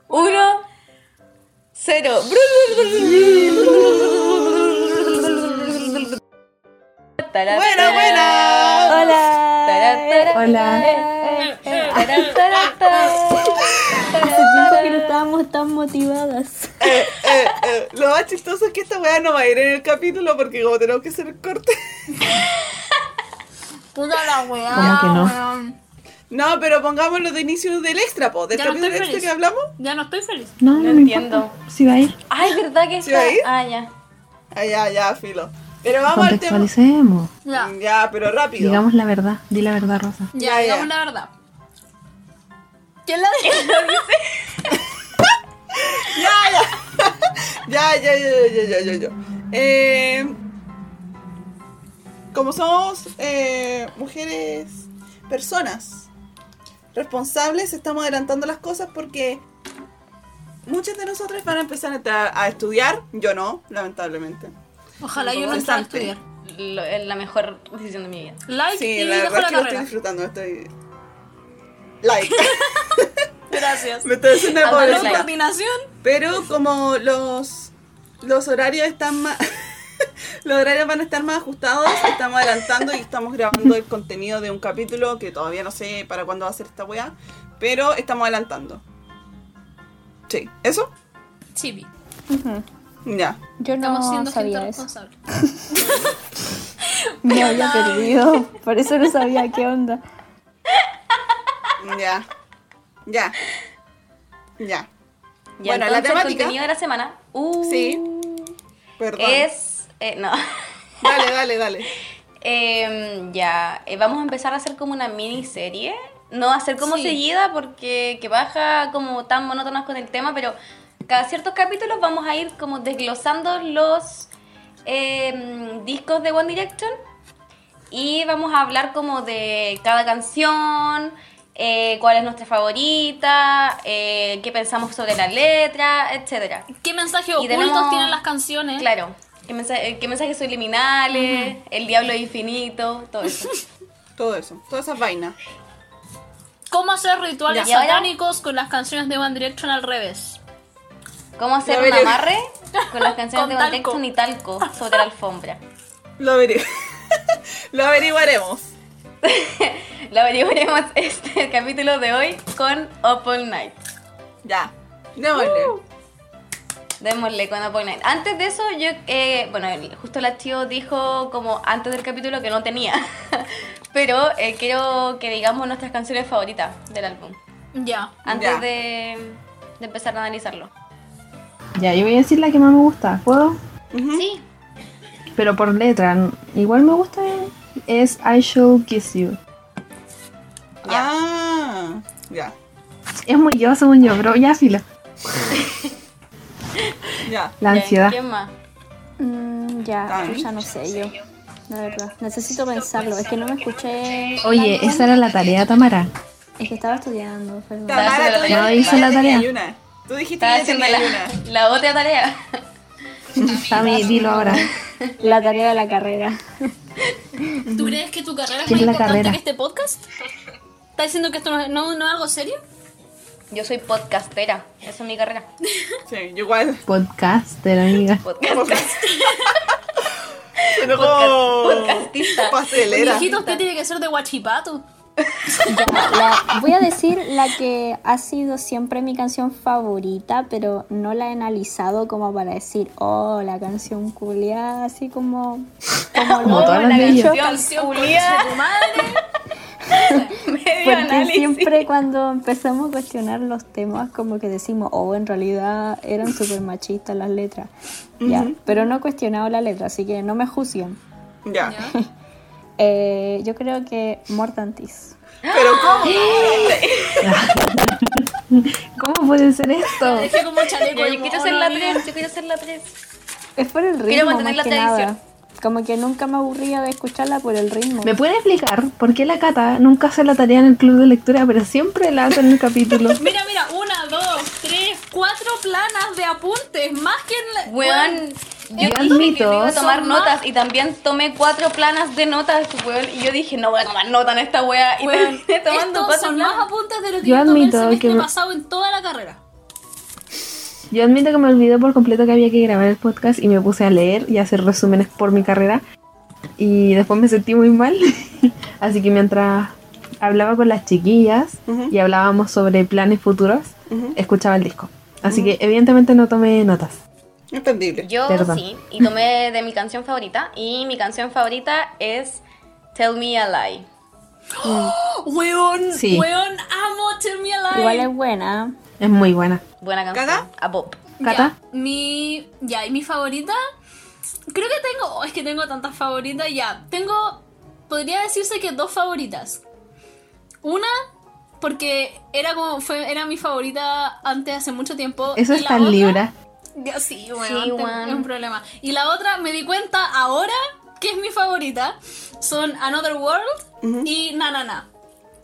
Speaker 2: uno, cero.
Speaker 1: Buena, buena.
Speaker 5: Hola.
Speaker 4: Hola.
Speaker 5: Hace tiempo que no estábamos tan motivadas.
Speaker 1: Eh, eh, eh, Lo más chistoso es que esta weá no va a ir en el capítulo porque como tenemos que hacer el corte.
Speaker 4: Como que no.
Speaker 1: No, pero pongámoslo de inicio del extra, po. Del
Speaker 3: Ya no
Speaker 1: capítulo
Speaker 3: estoy
Speaker 1: extra que
Speaker 3: feliz.
Speaker 1: hablamos.
Speaker 3: Ya no estoy feliz.
Speaker 4: No, no,
Speaker 2: No
Speaker 4: me
Speaker 2: entiendo.
Speaker 4: importa. Sí va a ir.
Speaker 2: Ay, ¿verdad que
Speaker 1: ¿Sí
Speaker 2: está?
Speaker 1: veis?
Speaker 2: Ah, ya.
Speaker 1: Ah, ya, ya, filo. Pero vamos al tema.
Speaker 4: Contextualicemos.
Speaker 3: Ya,
Speaker 1: Ya, pero rápido.
Speaker 4: Digamos la verdad. Di la verdad, Rosa.
Speaker 3: ya,
Speaker 1: Ya, ya.
Speaker 3: digamos la verdad. ¿Quién la dijo?
Speaker 1: Ya, ya, ya, ya, ya, ya, ya. Eh, como somos eh, mujeres, personas responsables, estamos adelantando las cosas porque muchas de nosotras van a empezar a, entrar a estudiar. Yo no, lamentablemente.
Speaker 3: Ojalá yo no entrara a estudiar.
Speaker 2: Lo- es la mejor decisión de mi vida.
Speaker 3: Like
Speaker 1: Sí,
Speaker 3: y
Speaker 1: la
Speaker 3: dejo
Speaker 1: verdad
Speaker 3: la
Speaker 1: es que lo estoy
Speaker 3: carrera.
Speaker 1: disfrutando. Estoy. Like. *laughs*
Speaker 3: Gracias.
Speaker 1: Me estoy haciendo
Speaker 2: Avaló
Speaker 1: pobre.
Speaker 3: Aló,
Speaker 2: Like.
Speaker 3: coordinación.
Speaker 1: Pero como los los horarios están más *laughs* los horarios van a estar más ajustados, estamos adelantando y estamos grabando el contenido de un capítulo que todavía no sé para cuándo va a ser esta weá, pero estamos adelantando. Sí, ¿eso?
Speaker 3: Chibi.
Speaker 1: Ya.
Speaker 5: Yo no
Speaker 3: Estamos siendo gente
Speaker 5: sabía eso.
Speaker 3: responsable.
Speaker 5: Me había perdido. Por eso no sabía qué onda.
Speaker 1: Ya. Ya. Ya.
Speaker 2: Ya,
Speaker 1: bueno, la
Speaker 2: entonces, el
Speaker 1: temática.
Speaker 2: contenido de la semana uh,
Speaker 1: Sí. Perdón.
Speaker 2: es... eh, no. *laughs*
Speaker 1: Dale, dale, dale.
Speaker 2: Em, ya, eh, vamos a empezar a hacer como una miniserie. No hacer como
Speaker 3: Sí.
Speaker 2: seguida porque que baja como tan monótonas con el tema, pero cada ciertos capítulos vamos a ir como desglosando los em, discos de One Direction y vamos a hablar como de cada canción, eh, cuál es nuestra favorita, eh, qué pensamos sobre la letra, etcétera.
Speaker 3: ¿Qué mensajes ocultos
Speaker 2: tenemos-
Speaker 3: tienen las canciones?
Speaker 2: Claro. ¿Qué, mensa- eh, qué mensajes subliminales? El diablo infinito, todo
Speaker 3: *laughs*
Speaker 2: eso.
Speaker 1: Todo eso, todas esas vainas.
Speaker 3: ¿Cómo hacer rituales
Speaker 2: Ya. ¿Y ahora?
Speaker 3: satánicos con las canciones de One Direction al revés?
Speaker 2: ¿Cómo hacer
Speaker 1: Lo
Speaker 2: un
Speaker 1: veré.
Speaker 2: amarre con
Speaker 3: *laughs*
Speaker 2: las canciones
Speaker 3: Con
Speaker 2: de One
Speaker 3: talco.
Speaker 2: Direction y talco sobre la alfombra?
Speaker 1: Lo, averi- *laughs* Lo averiguaremos.
Speaker 2: Lo averiguaremos *laughs* este capítulo de hoy con Up All Night.
Speaker 1: Ya. Démosle.
Speaker 2: Démosle con Up All Night. Antes de eso, yo, eh, bueno, el- justo la tío dijo como antes del capítulo que no tenía. *laughs* Pero eh, quiero que digamos nuestras canciones favoritas del álbum.
Speaker 3: Ya.
Speaker 1: Ya.
Speaker 2: Antes de, de empezar a analizarlo.
Speaker 4: Ya, yo voy a decir la que más me gusta, ¿puedo?
Speaker 1: Ujú.
Speaker 2: Sí.
Speaker 4: Pero por letra, n- igual me gusta, es I Shall Kiss You.
Speaker 2: Ya.
Speaker 1: Ah, ya,
Speaker 4: Es muy yo, según yo, pero ya filo.
Speaker 1: ya.
Speaker 4: La
Speaker 2: Ya,
Speaker 4: ansiedad.
Speaker 2: ¿Quién más?
Speaker 5: Mm, ya,
Speaker 1: Ay.
Speaker 5: ya no sé yo. La verdad, necesito pensarlo. Es que no me escuché.
Speaker 4: Oye, esa era la tarea, Tamara.
Speaker 5: Es que estaba estudiando, perdón.
Speaker 2: Estaba haciendo la
Speaker 1: tú
Speaker 2: tarea.
Speaker 1: dijiste
Speaker 4: No hizo
Speaker 1: que
Speaker 4: la
Speaker 1: tenía
Speaker 4: tarea.
Speaker 1: una. Tú dijiste
Speaker 2: Estaba
Speaker 1: que
Speaker 2: haciendo
Speaker 1: tenía
Speaker 2: la, *laughs*
Speaker 1: una.
Speaker 2: la otra tarea.
Speaker 4: Tami, dilo ahora.
Speaker 5: La tarea de la carrera.
Speaker 3: ¿Tú crees que tu carrera es
Speaker 4: ¿Qué
Speaker 3: más
Speaker 4: es la
Speaker 3: importante
Speaker 4: carrera?
Speaker 3: que este podcast? ¿Estás diciendo que esto no, no- no es algo serio?
Speaker 2: Yo soy podcastera, esa es mi
Speaker 4: *laughs*
Speaker 2: carrera.
Speaker 1: Sí, yo
Speaker 2: *laughs*
Speaker 1: igual.
Speaker 4: Podcaster, amiga.
Speaker 2: Podcastera.
Speaker 1: Pero
Speaker 2: podcastista.
Speaker 1: Pastelera.
Speaker 3: Hijitos, ¿qué tiene que ser de Guachipato?
Speaker 5: Ya, la- voy a decir la que ha sido siempre mi canción favorita, pero no la he analizado como para decir, oh, la canción culia, así como, como
Speaker 4: Como
Speaker 5: lo
Speaker 4: todas
Speaker 5: han
Speaker 4: las de
Speaker 5: hecho.
Speaker 4: ella.
Speaker 2: Canción culia,
Speaker 3: tu madre.
Speaker 2: medio
Speaker 5: Porque
Speaker 2: análisis.
Speaker 5: siempre cuando empezamos a cuestionar los temas, como que decimos, oh, en realidad eran súper machistas las letras. Ya, pero no he cuestionado la letra, así que no me juzguen.
Speaker 1: Ya.
Speaker 5: Eh, yo creo que Mortantis.
Speaker 1: Pero ¿cómo?
Speaker 4: ¿Cómo puede ser esto?
Speaker 3: Dejé como un chaleco.
Speaker 2: Yo,
Speaker 3: de
Speaker 2: yo quiero hacer la
Speaker 3: mono,
Speaker 2: 3, yo quiero hacer la 3.
Speaker 5: Es por el ritmo.
Speaker 2: Quiero mantener
Speaker 5: más
Speaker 2: la
Speaker 5: que
Speaker 2: tradición.
Speaker 5: nada. Como que nunca me aburría de escucharla por el ritmo.
Speaker 4: ¿Me puede explicar por qué la Cata nunca hace la tarea en el club de lectura, pero siempre la hace en
Speaker 2: *laughs*
Speaker 4: el capítulo?
Speaker 3: Mira, mira, una, dos, tres, cuatro planas de apuntes, más que en la...
Speaker 2: Weón, yo dije que
Speaker 4: admito,
Speaker 2: no iba a tomar
Speaker 3: son
Speaker 2: notas
Speaker 3: más.
Speaker 2: y también tomé cuatro planas de notas, weón. Y yo dije, no voy a tomar nota en esta wea. Y
Speaker 3: Weón,
Speaker 2: terminé *laughs* tomando
Speaker 3: estos
Speaker 2: cuatro
Speaker 3: son más
Speaker 2: planas.
Speaker 3: apuntes de lo que
Speaker 4: Yo
Speaker 3: yo, tomé el
Speaker 4: admito
Speaker 3: semestre
Speaker 4: que me-
Speaker 3: pasado en toda la carrera.
Speaker 4: Yo admito que me olvidé por completo que había que grabar el podcast y me puse a leer y a hacer resúmenes por mi carrera. Y después me sentí muy mal. *laughs* Así que mientras hablaba con las chiquillas
Speaker 1: Ujú.
Speaker 4: y hablábamos sobre planes futuros,
Speaker 1: Ujú.
Speaker 4: escuchaba el disco. Así que evidentemente no tomé notas.
Speaker 1: Entendible.
Speaker 2: Yo
Speaker 4: Perdón.
Speaker 2: sí, y tomé de mi canción favorita. Y mi canción favorita es Tell Me a Lie.
Speaker 3: Weón,
Speaker 4: Sí.
Speaker 3: weón, amo Tell Me Alive.
Speaker 5: Igual es buena.
Speaker 4: Es muy buena.
Speaker 2: Buena canción.
Speaker 1: ¿Gaga?
Speaker 2: A pop.
Speaker 4: Cata.
Speaker 3: Ya, mi, ya, y mi favorita, creo que tengo, oh, es que tengo tantas favoritas, ya, tengo, podría decirse que dos favoritas. Una, porque era como, fue, era mi favorita antes, hace mucho tiempo.
Speaker 4: Eso
Speaker 3: y
Speaker 4: es
Speaker 3: la
Speaker 4: tan
Speaker 3: otra-
Speaker 4: libra.
Speaker 3: Ya, sí,
Speaker 2: Sí,
Speaker 3: bueno, tengo-
Speaker 2: weón.
Speaker 3: es un problema. Y la otra, me di cuenta ahora que es mi favorita. Son Another World y Nanana.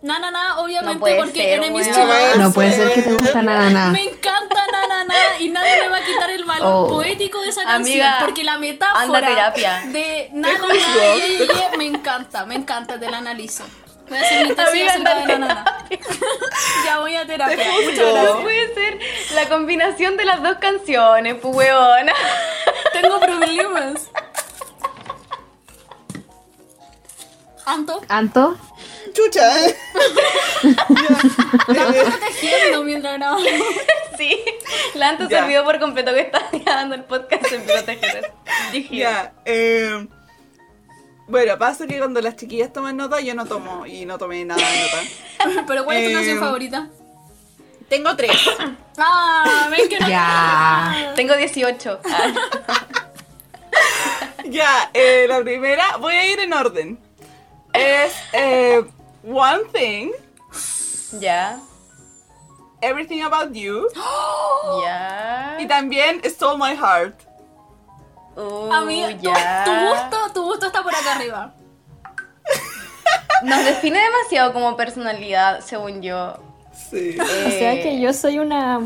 Speaker 3: Nanana, obviamente,
Speaker 2: puede
Speaker 3: porque
Speaker 2: ser,
Speaker 3: Enemies
Speaker 2: weón.
Speaker 3: to lovers.
Speaker 4: No puede ser que te gusta nada nada.
Speaker 3: Me encanta Nanana y nadie me va a quitar el valor
Speaker 4: Ah. Oh.
Speaker 3: poético de esa canción
Speaker 2: Amiga,
Speaker 3: porque la metáfora
Speaker 2: anda a terapia.
Speaker 3: de Nanana y ella me encanta, me encanta, te la analizo. Voy a hacer mi tesis
Speaker 2: Amiga,
Speaker 3: acerca
Speaker 2: anda
Speaker 3: de
Speaker 2: a
Speaker 3: Nanana. ya voy a terapia.
Speaker 1: juro.
Speaker 3: Muchas gracias.
Speaker 2: No puede ser la combinación de las dos canciones, pues weona.
Speaker 3: Tengo problemas. Anto,
Speaker 4: Anto,
Speaker 2: *laughs*
Speaker 1: Chucha. ¿eh?
Speaker 3: estamos protegiendo mientras grabamos.
Speaker 2: *laughs* Sí, Lanto se
Speaker 1: Ya.
Speaker 2: olvidó por completo que estaba grabando el podcast en proteger.
Speaker 1: Ya. eh, Bueno, pasa que cuando las chiquillas
Speaker 2: *laughs*
Speaker 1: toman nota, yo no tomo y no tomé nada de nota.
Speaker 3: Pero ¿cuál es tu
Speaker 1: Eh,
Speaker 3: canción favorita?
Speaker 6: Tengo tres.
Speaker 3: Ah, ven que no. *laughs*
Speaker 4: Ya.
Speaker 2: Tengo 18. Ah,
Speaker 1: *laughs* Ya, eh, la primera, voy a ir en orden. Es eh, One Thing,
Speaker 2: ya.
Speaker 1: Everything About You
Speaker 2: Ya.
Speaker 1: y también Stole My Heart.
Speaker 2: Uh,
Speaker 3: Amiga, tu,
Speaker 2: ya.
Speaker 3: tu gusto, tu gusto está por acá arriba.
Speaker 2: Nos define demasiado como personalidad, según yo. Eh,
Speaker 1: Sí.
Speaker 5: O sea
Speaker 1: Eh.
Speaker 5: que yo soy una,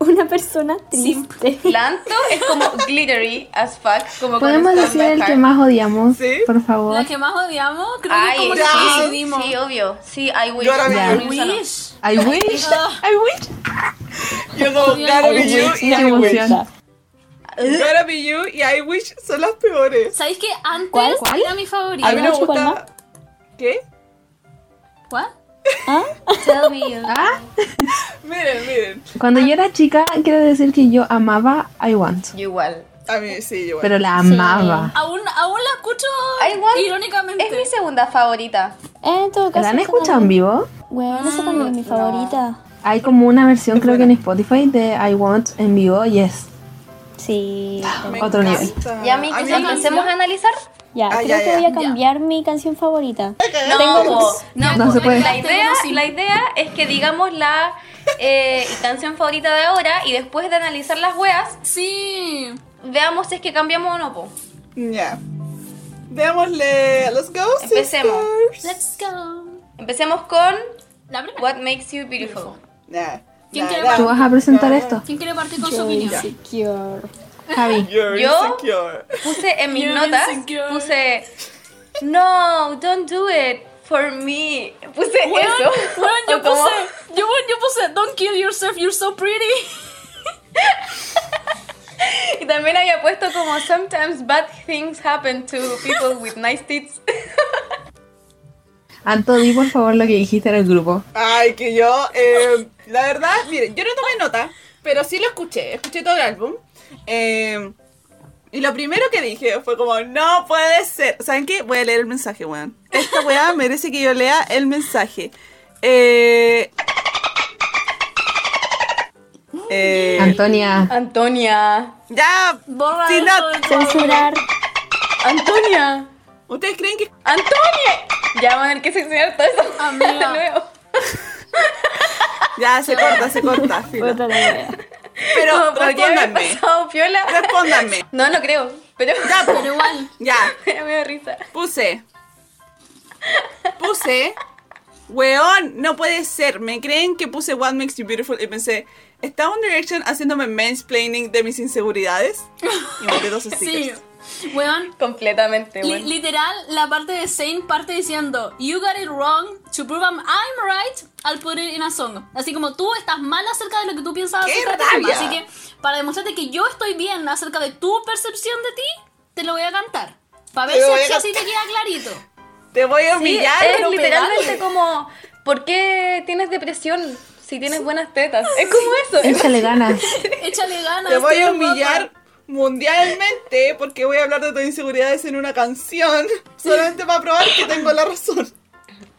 Speaker 5: una persona triste.
Speaker 2: Lanto es como glittery as fuck. Como con
Speaker 4: ¿Podemos
Speaker 2: Stand
Speaker 4: decir
Speaker 2: By
Speaker 4: el
Speaker 2: Her.
Speaker 4: que más odiamos?
Speaker 1: Sí.
Speaker 4: Por favor.
Speaker 3: La que más odiamos, creo que
Speaker 2: Ay,
Speaker 3: como que
Speaker 1: ya.
Speaker 3: la
Speaker 2: sí,
Speaker 3: decidimos.
Speaker 2: sí, obvio. Sí, I wish.
Speaker 1: Yo ahora
Speaker 4: Ya.
Speaker 2: Con
Speaker 3: Wish.
Speaker 2: Insano.
Speaker 4: I wish. I wish.
Speaker 1: *laughs* Yo como
Speaker 3: Dios.
Speaker 5: *laughs*
Speaker 1: Gotta Be
Speaker 5: Ay,
Speaker 1: You y
Speaker 4: qué
Speaker 1: I Wish.
Speaker 4: emoción.
Speaker 5: Ya.
Speaker 1: Gotta Be You y I Wish son las peores.
Speaker 3: ¿Sabéis que antes
Speaker 5: ¿Cuál?
Speaker 3: era mi
Speaker 1: A
Speaker 3: favorita?
Speaker 1: mí me
Speaker 5: Nacho, ¿cuál
Speaker 1: gusta... ¿Qué?
Speaker 3: ¿Cuál?
Speaker 5: ¿Ah?
Speaker 2: Tell me you.
Speaker 4: Ah,
Speaker 1: Miren, miren.
Speaker 4: Cuando yo era chica, quiero decir que yo amaba I Want.
Speaker 2: Yo igual.
Speaker 1: A mí sí, yo
Speaker 4: Pero la amaba.
Speaker 3: Aún, aún la escucho
Speaker 2: I want-
Speaker 3: irónicamente.
Speaker 2: Es mi segunda favorita.
Speaker 5: En todo caso,
Speaker 4: ¿La han
Speaker 5: esa
Speaker 4: escuchado en
Speaker 5: también-
Speaker 4: vivo?
Speaker 5: Bueno, esa
Speaker 1: Ah,
Speaker 5: también es mi
Speaker 2: no.
Speaker 5: favorita.
Speaker 4: Hay como una versión, creo que en Spotify, de I Want en vivo y es
Speaker 5: Sí.
Speaker 1: Me
Speaker 4: otro
Speaker 1: encanta.
Speaker 4: nivel.
Speaker 2: Ya, mi, que
Speaker 1: mí
Speaker 2: ya
Speaker 1: me-
Speaker 2: empecemos a analizar.
Speaker 5: Ya,
Speaker 1: Ah,
Speaker 5: creo
Speaker 1: ya,
Speaker 5: que
Speaker 1: ya.
Speaker 5: voy a cambiar mi canción favorita.
Speaker 2: No, po, no,
Speaker 4: No
Speaker 2: po.
Speaker 4: se puede.
Speaker 2: La idea,
Speaker 3: Tengo cinco.
Speaker 2: la idea es que digamos la eh, canción favorita de ahora y después de analizar las weas,
Speaker 3: Sí.
Speaker 2: veamos si es que cambiamos o no, po.
Speaker 1: Ya. Démosle. Let's go.
Speaker 2: Empecemos.
Speaker 1: sisters.
Speaker 3: Let's go.
Speaker 2: Empecemos con
Speaker 3: La primera.
Speaker 2: What Makes You Beautiful.
Speaker 1: Nah.
Speaker 3: ¿Quién
Speaker 1: nah,
Speaker 3: quiere
Speaker 1: nah,
Speaker 4: ¿Tú vas a presentar
Speaker 1: nah.
Speaker 4: esto?
Speaker 3: ¿Quién quiere partir con su
Speaker 5: Yo
Speaker 3: opinión?
Speaker 5: insecure.
Speaker 4: Javi.
Speaker 1: You're
Speaker 2: Yo-
Speaker 1: insecure.
Speaker 2: Puse en mis
Speaker 3: You're
Speaker 2: notas,
Speaker 3: insecure.
Speaker 2: puse No, don't do it for me. Puse
Speaker 3: Weón,
Speaker 2: eso.
Speaker 3: weón,
Speaker 2: *laughs*
Speaker 3: yo
Speaker 2: O como-
Speaker 3: puse, yo, weón, yo puse, don't kill yourself, you're so pretty.
Speaker 2: Y también había puesto como Sometimes bad things happen to people with nice tits.
Speaker 4: Anto, di por favor lo que dijiste en el grupo.
Speaker 1: Ay, que yo, eh, la verdad, miren, yo no tomé nota, pero sí lo escuché, escuché todo el álbum. eh, y lo primero que dije fue como, no puede ser. ¿Saben qué? Voy a leer el mensaje, weón. Esta weá *laughs* merece que yo lea el mensaje. Eh, eh,
Speaker 4: Antonia,
Speaker 2: Antonia.
Speaker 1: ya,
Speaker 3: Borra
Speaker 1: Sí,
Speaker 3: eso
Speaker 1: no,
Speaker 3: de tu
Speaker 5: Censurar.
Speaker 2: Antonia.
Speaker 1: ¿ustedes creen que
Speaker 2: ¡Antonia! Ya van a tener que seccionar todo eso.
Speaker 1: Ah,
Speaker 3: Amiga.
Speaker 2: *laughs* de nuevo.
Speaker 1: ya se corta, se corta? filo.
Speaker 5: Otra la idea.
Speaker 1: Pero
Speaker 2: Como podría haber
Speaker 1: respóndanme,
Speaker 2: pasado piola.
Speaker 1: respóndanme.
Speaker 2: No, no creo. Pero
Speaker 1: Ya,
Speaker 2: *laughs*
Speaker 3: Pero
Speaker 1: po,
Speaker 3: igual,
Speaker 1: ya.
Speaker 2: me da risa.
Speaker 1: Puse. Puse. Weón, no puede ser. Me creen que puse What Makes You Beautiful y pensé, ¿está One Direction haciéndome mansplaining de mis inseguridades? Y me dos
Speaker 3: sí.
Speaker 1: stickers.
Speaker 3: Weón,
Speaker 2: Completamente,
Speaker 3: Li-
Speaker 2: bueno.
Speaker 3: literal, la parte de Zane parte diciendo You got it wrong, to prove I'm, I'm right, I'll put it in a song Así como tú estás mal acerca de lo que tú pensabas
Speaker 1: ¡Qué
Speaker 3: acerca de ti misma.
Speaker 1: rabia!
Speaker 3: Así que para demostrarte que yo estoy bien acerca de tu percepción de ti Te lo voy a cantar Para
Speaker 1: Te
Speaker 3: ver
Speaker 1: lo
Speaker 3: si
Speaker 1: voy a
Speaker 3: así- así te queda clarito
Speaker 1: *laughs* Te voy a
Speaker 2: Sí,
Speaker 1: humillar.
Speaker 2: es
Speaker 1: pero
Speaker 2: literalmente
Speaker 1: pegarle.
Speaker 2: como, ¿por qué tienes depresión si tienes buenas tetas? Es como eso.
Speaker 4: échale ganas.
Speaker 3: Échale ganas
Speaker 1: Te voy a
Speaker 3: estoy
Speaker 1: humillar
Speaker 3: guapa.
Speaker 1: mundialmente porque voy a hablar de tus inseguridades en una canción solamente para probar que tengo la razón.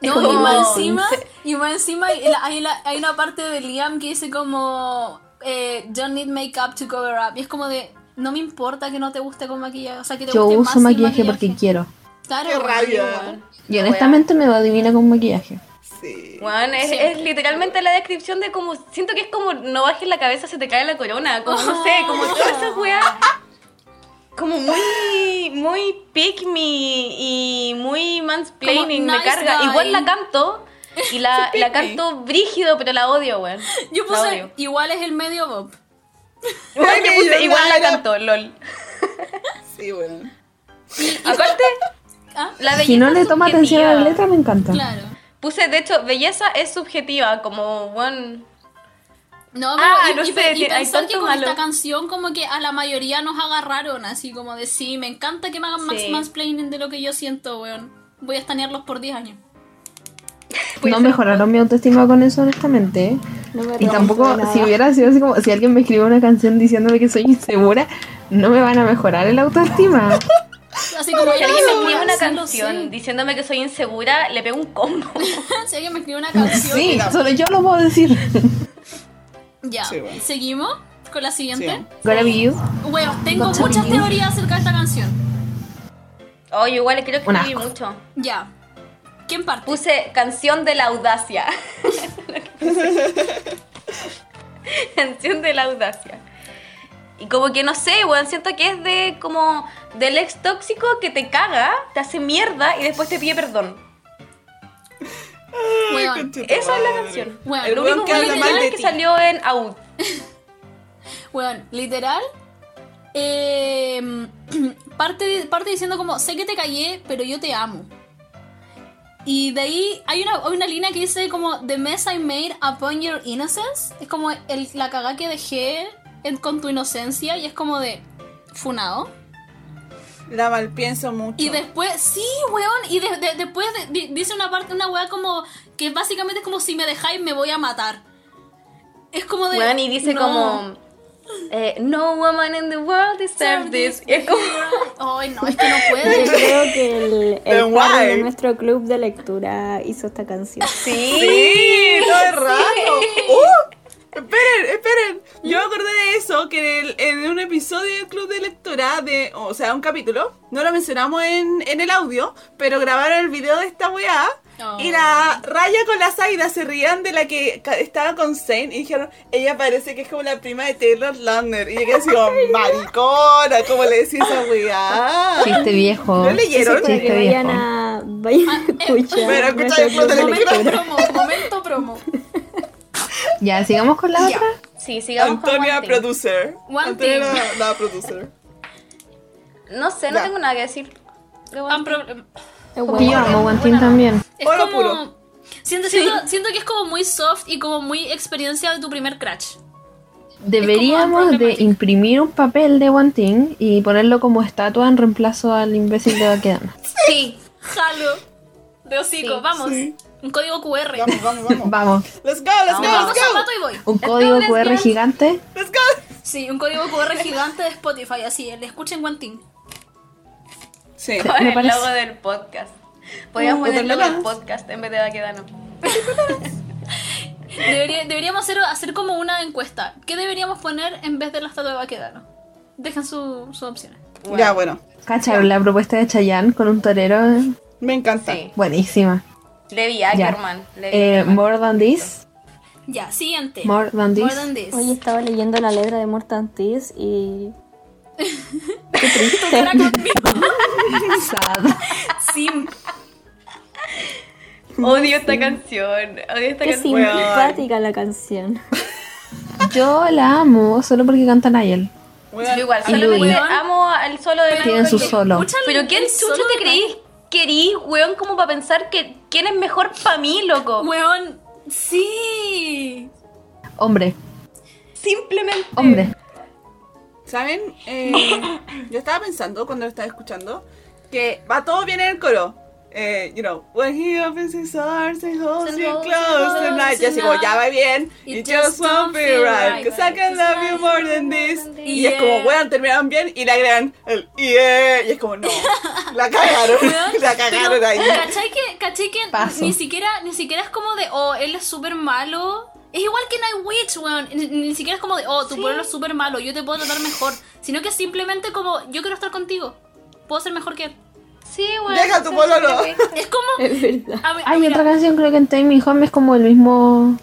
Speaker 3: No, y más encima Y más encima hay, la- hay la- hay una parte de Liam que dice como eh, Don't need makeup to cover up Y es como de no me importa que no te guste con maquillaje, o sea que te
Speaker 4: Yo
Speaker 3: guste más
Speaker 4: uso
Speaker 3: sin
Speaker 4: maquillaje porque quiero.
Speaker 3: Claro,
Speaker 1: Qué
Speaker 3: weón,
Speaker 1: rabia.
Speaker 3: weón.
Speaker 4: Y honestamente me va divina con maquillaje.
Speaker 1: Sí.
Speaker 2: Juan, es,
Speaker 3: Siempre.
Speaker 2: es literalmente la descripción de como, siento que es como no bajes la cabeza, se te cae la corona, como no sé, como
Speaker 3: Ah.
Speaker 2: todas esas weas, como muy, muy pick me y muy mansplaining,
Speaker 3: Como
Speaker 2: me
Speaker 3: nice
Speaker 2: carga.
Speaker 3: guy.
Speaker 2: Igual la canto, y
Speaker 3: *laughs*
Speaker 2: la, la canto brígido, pero la odio, weón.
Speaker 3: Yo
Speaker 2: La
Speaker 3: puse
Speaker 2: odio.
Speaker 3: igual es el medio Bob.
Speaker 2: Weón, yo puse, igual la
Speaker 1: Millonaria.
Speaker 2: canto, lol.
Speaker 1: Sí, bueno.
Speaker 2: Aparte,
Speaker 3: Ah,
Speaker 2: la belleza
Speaker 4: Si no le
Speaker 2: es
Speaker 4: toma atención a la
Speaker 2: subjetiva.
Speaker 4: letra, me encanta.
Speaker 3: claro.
Speaker 2: Puse, de hecho, belleza es subjetiva, como, weón,
Speaker 3: No, pero
Speaker 2: Ah,
Speaker 3: y,
Speaker 2: no
Speaker 3: y
Speaker 2: sé,
Speaker 3: pe- y
Speaker 2: tiene- hay
Speaker 3: pensar que
Speaker 2: tanto
Speaker 3: con
Speaker 2: malo.
Speaker 3: esta canción como que a la mayoría nos agarraron, así como de sí, me encanta que me hagan más
Speaker 2: Sí.
Speaker 3: mansplaining de lo que yo siento, weón. Voy a estanearlos por 10 años.
Speaker 2: puede
Speaker 4: No
Speaker 2: ser-
Speaker 4: mejoraron mi autoestima con eso, honestamente. ¿eh?
Speaker 5: No me
Speaker 4: Y
Speaker 5: rompo
Speaker 4: tampoco,
Speaker 5: nada.
Speaker 4: si hubiera sido así como, si alguien me escribe una canción diciéndome que soy insegura, no me van a mejorar el autoestima.
Speaker 3: Así como
Speaker 2: Si
Speaker 3: yo
Speaker 2: alguien me escribe
Speaker 3: weón,
Speaker 2: una
Speaker 3: sí, lo
Speaker 2: canción
Speaker 3: sé.
Speaker 2: diciéndome que soy insegura, le pego un combo.
Speaker 3: *laughs* si alguien me escribe una canción.
Speaker 4: Sí, solo yo lo puedo decir.
Speaker 3: Ya,
Speaker 1: Sí, bueno.
Speaker 3: seguimos con la siguiente.
Speaker 5: Gotta be you.
Speaker 3: Weón, tengo
Speaker 4: Gotcha
Speaker 3: muchas
Speaker 4: Video.
Speaker 3: teorías acerca de esta canción.
Speaker 2: Oh, yo igual le quiero
Speaker 4: Un
Speaker 2: escribir mucho.
Speaker 3: Ya. ¿Quién parte?
Speaker 2: Puse canción de la audacia. *laughs* canción de la audacia. Y como que no sé, weón, siento que es de como del ex tóxico que te caga, te hace mierda y después te pide perdón.
Speaker 3: Weón,
Speaker 2: Esa es la canción.
Speaker 3: Bueno,
Speaker 1: el
Speaker 2: Lo
Speaker 1: weón
Speaker 2: único
Speaker 1: que habla
Speaker 2: bueno que
Speaker 1: mal
Speaker 2: tiene
Speaker 1: de
Speaker 2: es que
Speaker 1: ti.
Speaker 2: salió en AUD.
Speaker 3: Weón, literal. em, *clears throat* parte, parte diciendo como, sé que te callé, pero yo te amo. Y de ahí hay una, hay una línea que dice como, The mess I made upon your innocence. Es como el- la cagada que dejé en- con tu inocencia y es como de funado.
Speaker 1: La malpienso mucho.
Speaker 3: Y después, sí, weón, y de- de- después de- di- dice una parte, una weá como, que básicamente es como, si me dejáis me voy a matar. Es como de...
Speaker 2: Weón, y dice
Speaker 3: no.
Speaker 2: como eh, No woman in the world deserves this. Y es como
Speaker 3: *laughs* Ay, no, es que no
Speaker 5: Yo
Speaker 2: *laughs*
Speaker 3: puede.
Speaker 5: creo
Speaker 1: *laughs*
Speaker 5: que el,
Speaker 1: Then
Speaker 5: el padre
Speaker 1: why?
Speaker 5: de nuestro club de lectura hizo esta canción.
Speaker 1: Sí, todo el rato. ¡Uh! Esperen, esperen. Yo me acordé de eso, que en, el- en un episodio del Club de Lectura, de, o sea, un capítulo, no lo mencionamos en, en el audio, pero grabaron el video de esta weá.
Speaker 3: Oh.
Speaker 1: Y la Raya con la Zaida se rían de la que ca- estaba con Zane y dijeron, ella parece que es como la prima de Taylor Lautner. Y yo quedé así como, maricona, ¿cómo le decís esa weá?
Speaker 4: Chiste viejo.
Speaker 1: ¿No leyeron?
Speaker 5: Para que
Speaker 4: Este viejo.
Speaker 5: vayan a, vayan a escuchar.
Speaker 1: Ah, eh, Pero escucha
Speaker 5: nuestro
Speaker 1: el club de lectura.
Speaker 3: Momento promo, momento promo.
Speaker 4: Ya, sigamos con la
Speaker 3: Ya.
Speaker 4: otra.
Speaker 2: Sí, sigamos
Speaker 1: Antonia,
Speaker 2: con One Thing.
Speaker 1: producer.
Speaker 3: One
Speaker 1: Antonia,
Speaker 3: thing.
Speaker 1: la- la producer.
Speaker 2: No sé, no
Speaker 1: Ya.
Speaker 2: tengo nada que decir. De One
Speaker 3: Pan pro-
Speaker 4: Y yo amo Guantín también.
Speaker 3: Es
Speaker 1: Oro
Speaker 3: como...
Speaker 1: puro.
Speaker 3: Siento, siento, siento que es como muy soft y como muy experiencia de tu primer crash.
Speaker 4: Deberíamos de
Speaker 3: problemática.
Speaker 4: imprimir un papel de Guantín y ponerlo como estatua en reemplazo al imbécil de Baquedano.
Speaker 2: Sí.
Speaker 3: *laughs* Jalo. De hocico,
Speaker 2: Sí.
Speaker 3: vamos.
Speaker 1: Sí.
Speaker 3: Un código QR.
Speaker 1: Vamos, vamos, vamos.
Speaker 4: Vamos,
Speaker 1: Let's go, let's go,
Speaker 3: Me pongo
Speaker 1: let's go.
Speaker 3: zapato y voy.
Speaker 4: un código
Speaker 2: Entonces,
Speaker 4: QR
Speaker 2: ya-
Speaker 4: gigante.
Speaker 1: Let's go.
Speaker 3: Sí, un código QR gigante de Spotify, así, el escuchen guantín.
Speaker 1: Sí.
Speaker 2: Con
Speaker 4: Me
Speaker 2: el
Speaker 4: parece-
Speaker 2: logo del podcast. Podríamos
Speaker 1: Uh,
Speaker 2: poner el logo del
Speaker 1: Watermelons.
Speaker 2: podcast en vez de Baquedano.
Speaker 3: Debería- deberíamos hacer, hacer como una encuesta. ¿Qué deberíamos poner en vez de la estatua de Baquedano? Dejen su- sus opciones.
Speaker 1: Ya, bueno.
Speaker 4: Cacha, la propuesta de Chayanne con un torero. eh,
Speaker 1: Me encanta.
Speaker 2: Sí.
Speaker 4: Buenísima.
Speaker 2: Levi
Speaker 4: Ya.
Speaker 2: Ackerman. Levi
Speaker 4: Eh,
Speaker 2: Ackerman.
Speaker 4: more than this. *laughs*
Speaker 3: Ya, siguiente.
Speaker 4: More than this.
Speaker 3: More than this.
Speaker 5: Hoy estaba leyendo la letra de Mortantis y
Speaker 2: *laughs*
Speaker 3: Tu
Speaker 4: *laughs*
Speaker 3: cara conmigo.
Speaker 4: Sad.
Speaker 3: Sim.
Speaker 2: Odio esta canción. Odio esta
Speaker 5: qué
Speaker 2: canción.
Speaker 5: simpática la canción. *laughs*
Speaker 4: Yo la amo solo porque canta Nayel.
Speaker 1: Bueno,
Speaker 2: Yo igual,
Speaker 4: Y
Speaker 2: solamente
Speaker 4: Luis.
Speaker 2: amo al solo de
Speaker 4: Tienen su
Speaker 2: Nayel.
Speaker 4: solo.
Speaker 3: Escúchalo,
Speaker 2: Pero ¿quién
Speaker 3: el solo
Speaker 2: chucho te
Speaker 3: de
Speaker 2: creís? Querís, weón, como para pensar que quién es mejor para mí, loco.
Speaker 3: Nayel. Weón, sí.
Speaker 4: Hombre,
Speaker 2: Simplemente.
Speaker 4: hombre.
Speaker 1: ¿Saben? Eh, yo estaba pensando cuando lo estaba escuchando que va todo bien en el coro. Eh, you know, when he opens his arms and holds
Speaker 3: And
Speaker 1: me
Speaker 3: holds me
Speaker 1: close
Speaker 3: close
Speaker 1: tonight. Ya digo,
Speaker 3: tonight.
Speaker 1: ya va bien.
Speaker 3: It
Speaker 1: It just won't be right. Cause I can love you more than this. Y es como,
Speaker 3: Yeah.
Speaker 1: bueno, terminaron bien y le agregan el yeah. Y es como, no. La cagaron.
Speaker 3: Weón,
Speaker 1: *laughs* la cagaron
Speaker 3: pero,
Speaker 1: ahí.
Speaker 3: *laughs* ¿Cachai que, cachai que
Speaker 4: Paso.
Speaker 3: ni siquiera, ni siquiera es como de, oh, él es súper malo? Es igual que Nightwitch, weón. Ni, ni siquiera es como de, oh, tu pueblo es súper malo, yo te puedo tratar mejor. Sino que simplemente como, yo quiero estar contigo. Puedo ser mejor que él.
Speaker 2: Sí, weón.
Speaker 1: Deja tu pololo.
Speaker 3: Es
Speaker 4: Eh,
Speaker 3: como.
Speaker 5: Es verdad.
Speaker 3: a ver,
Speaker 4: Hay
Speaker 3: mira,
Speaker 4: otra canción, creo que en Time Me Home es como el mismo.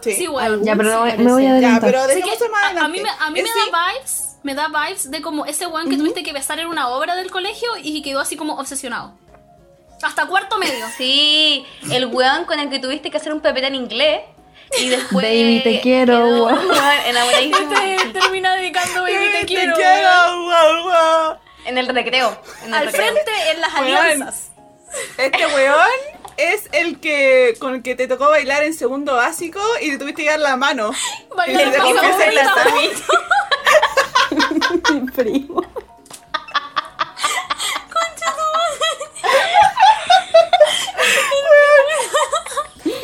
Speaker 3: Sí, weón.
Speaker 4: Ya, pero
Speaker 5: sí,
Speaker 4: no voy-
Speaker 5: parece.
Speaker 4: me voy a
Speaker 1: Ya,
Speaker 4: *laughs* adelantar.
Speaker 1: pero
Speaker 3: Sé que
Speaker 1: dejemos eso más
Speaker 3: a,
Speaker 1: adelante.
Speaker 3: a mí, me, a mí
Speaker 1: En
Speaker 3: me
Speaker 1: sí,
Speaker 3: da vibes, me da vibes de como ese weón que tuviste que besar en una obra del colegio y quedó así como obsesionado. Hasta cuarto medio.
Speaker 2: Sí, el weón con el que tuviste que hacer un papel en inglés. Y después.
Speaker 4: Baby, te quiero,
Speaker 2: quedó,
Speaker 4: weón.
Speaker 3: *laughs*
Speaker 2: enamoradísimo.
Speaker 3: Te termina dedicando baby te quiero.
Speaker 1: Te
Speaker 3: weón.
Speaker 1: quiero, wow, wow.
Speaker 2: En el recreo. En el
Speaker 3: Al
Speaker 2: recreo.
Speaker 3: frente en las
Speaker 1: Weón.
Speaker 3: alianzas.
Speaker 1: Este weón es el que con el que te tocó bailar en segundo básico y le tuviste que dar la mano. Y
Speaker 3: Bailar
Speaker 1: le
Speaker 3: paso
Speaker 1: rompiste el
Speaker 3: bonito.
Speaker 1: lanzamiento.
Speaker 5: Mi primo.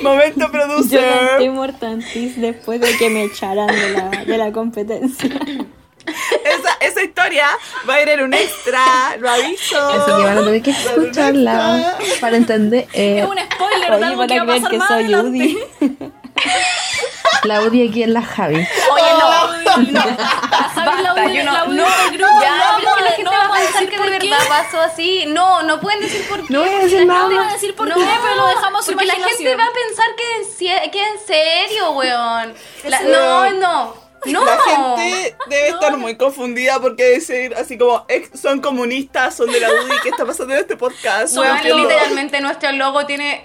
Speaker 1: Momento
Speaker 5: Yo canté
Speaker 1: producer.
Speaker 5: Mortantis después de que me echaran de la, de
Speaker 2: *laughs*
Speaker 5: la competencia.
Speaker 1: Esa, esa historia va a ir en un extra, lo aviso.
Speaker 4: Así que van a tener que escucharla para entender. eh,
Speaker 3: Es *laughs* un spoiler de
Speaker 5: Oye,
Speaker 3: algo
Speaker 5: van
Speaker 3: que
Speaker 5: a
Speaker 3: va a
Speaker 5: creer
Speaker 3: pasar
Speaker 5: que
Speaker 3: más
Speaker 5: soy
Speaker 3: adelante.
Speaker 5: Udi.
Speaker 4: la Udi aquí en la Javi.
Speaker 3: ¿Sabes la
Speaker 2: Basta,
Speaker 3: U
Speaker 2: yo
Speaker 3: de
Speaker 2: no-
Speaker 3: la U
Speaker 2: no,
Speaker 3: del grupo?
Speaker 2: Ya,
Speaker 3: No,
Speaker 2: pero es que la
Speaker 3: no
Speaker 2: gente va a
Speaker 3: vamos a
Speaker 2: pensar
Speaker 3: decir
Speaker 2: que
Speaker 3: por
Speaker 2: de
Speaker 3: qué.
Speaker 2: verdad pasó así. No, no pueden decir por qué.
Speaker 5: No voy a
Speaker 2: porque
Speaker 5: decir
Speaker 2: la
Speaker 5: nada
Speaker 3: No
Speaker 2: gente-
Speaker 3: iba a decir por qué, pero lo dejamos su
Speaker 2: Porque la gente
Speaker 3: imaginación.
Speaker 2: va a pensar que en, sie- que en serio, weón. La- no,
Speaker 1: Weón.
Speaker 2: no. No.
Speaker 1: La gente debe estar muy confundida porque decir así como ex- son comunistas, son de la UDI, ¿qué está pasando en este podcast? No
Speaker 2: Weón,
Speaker 1: entiendo.
Speaker 2: literalmente nuestro logo tiene.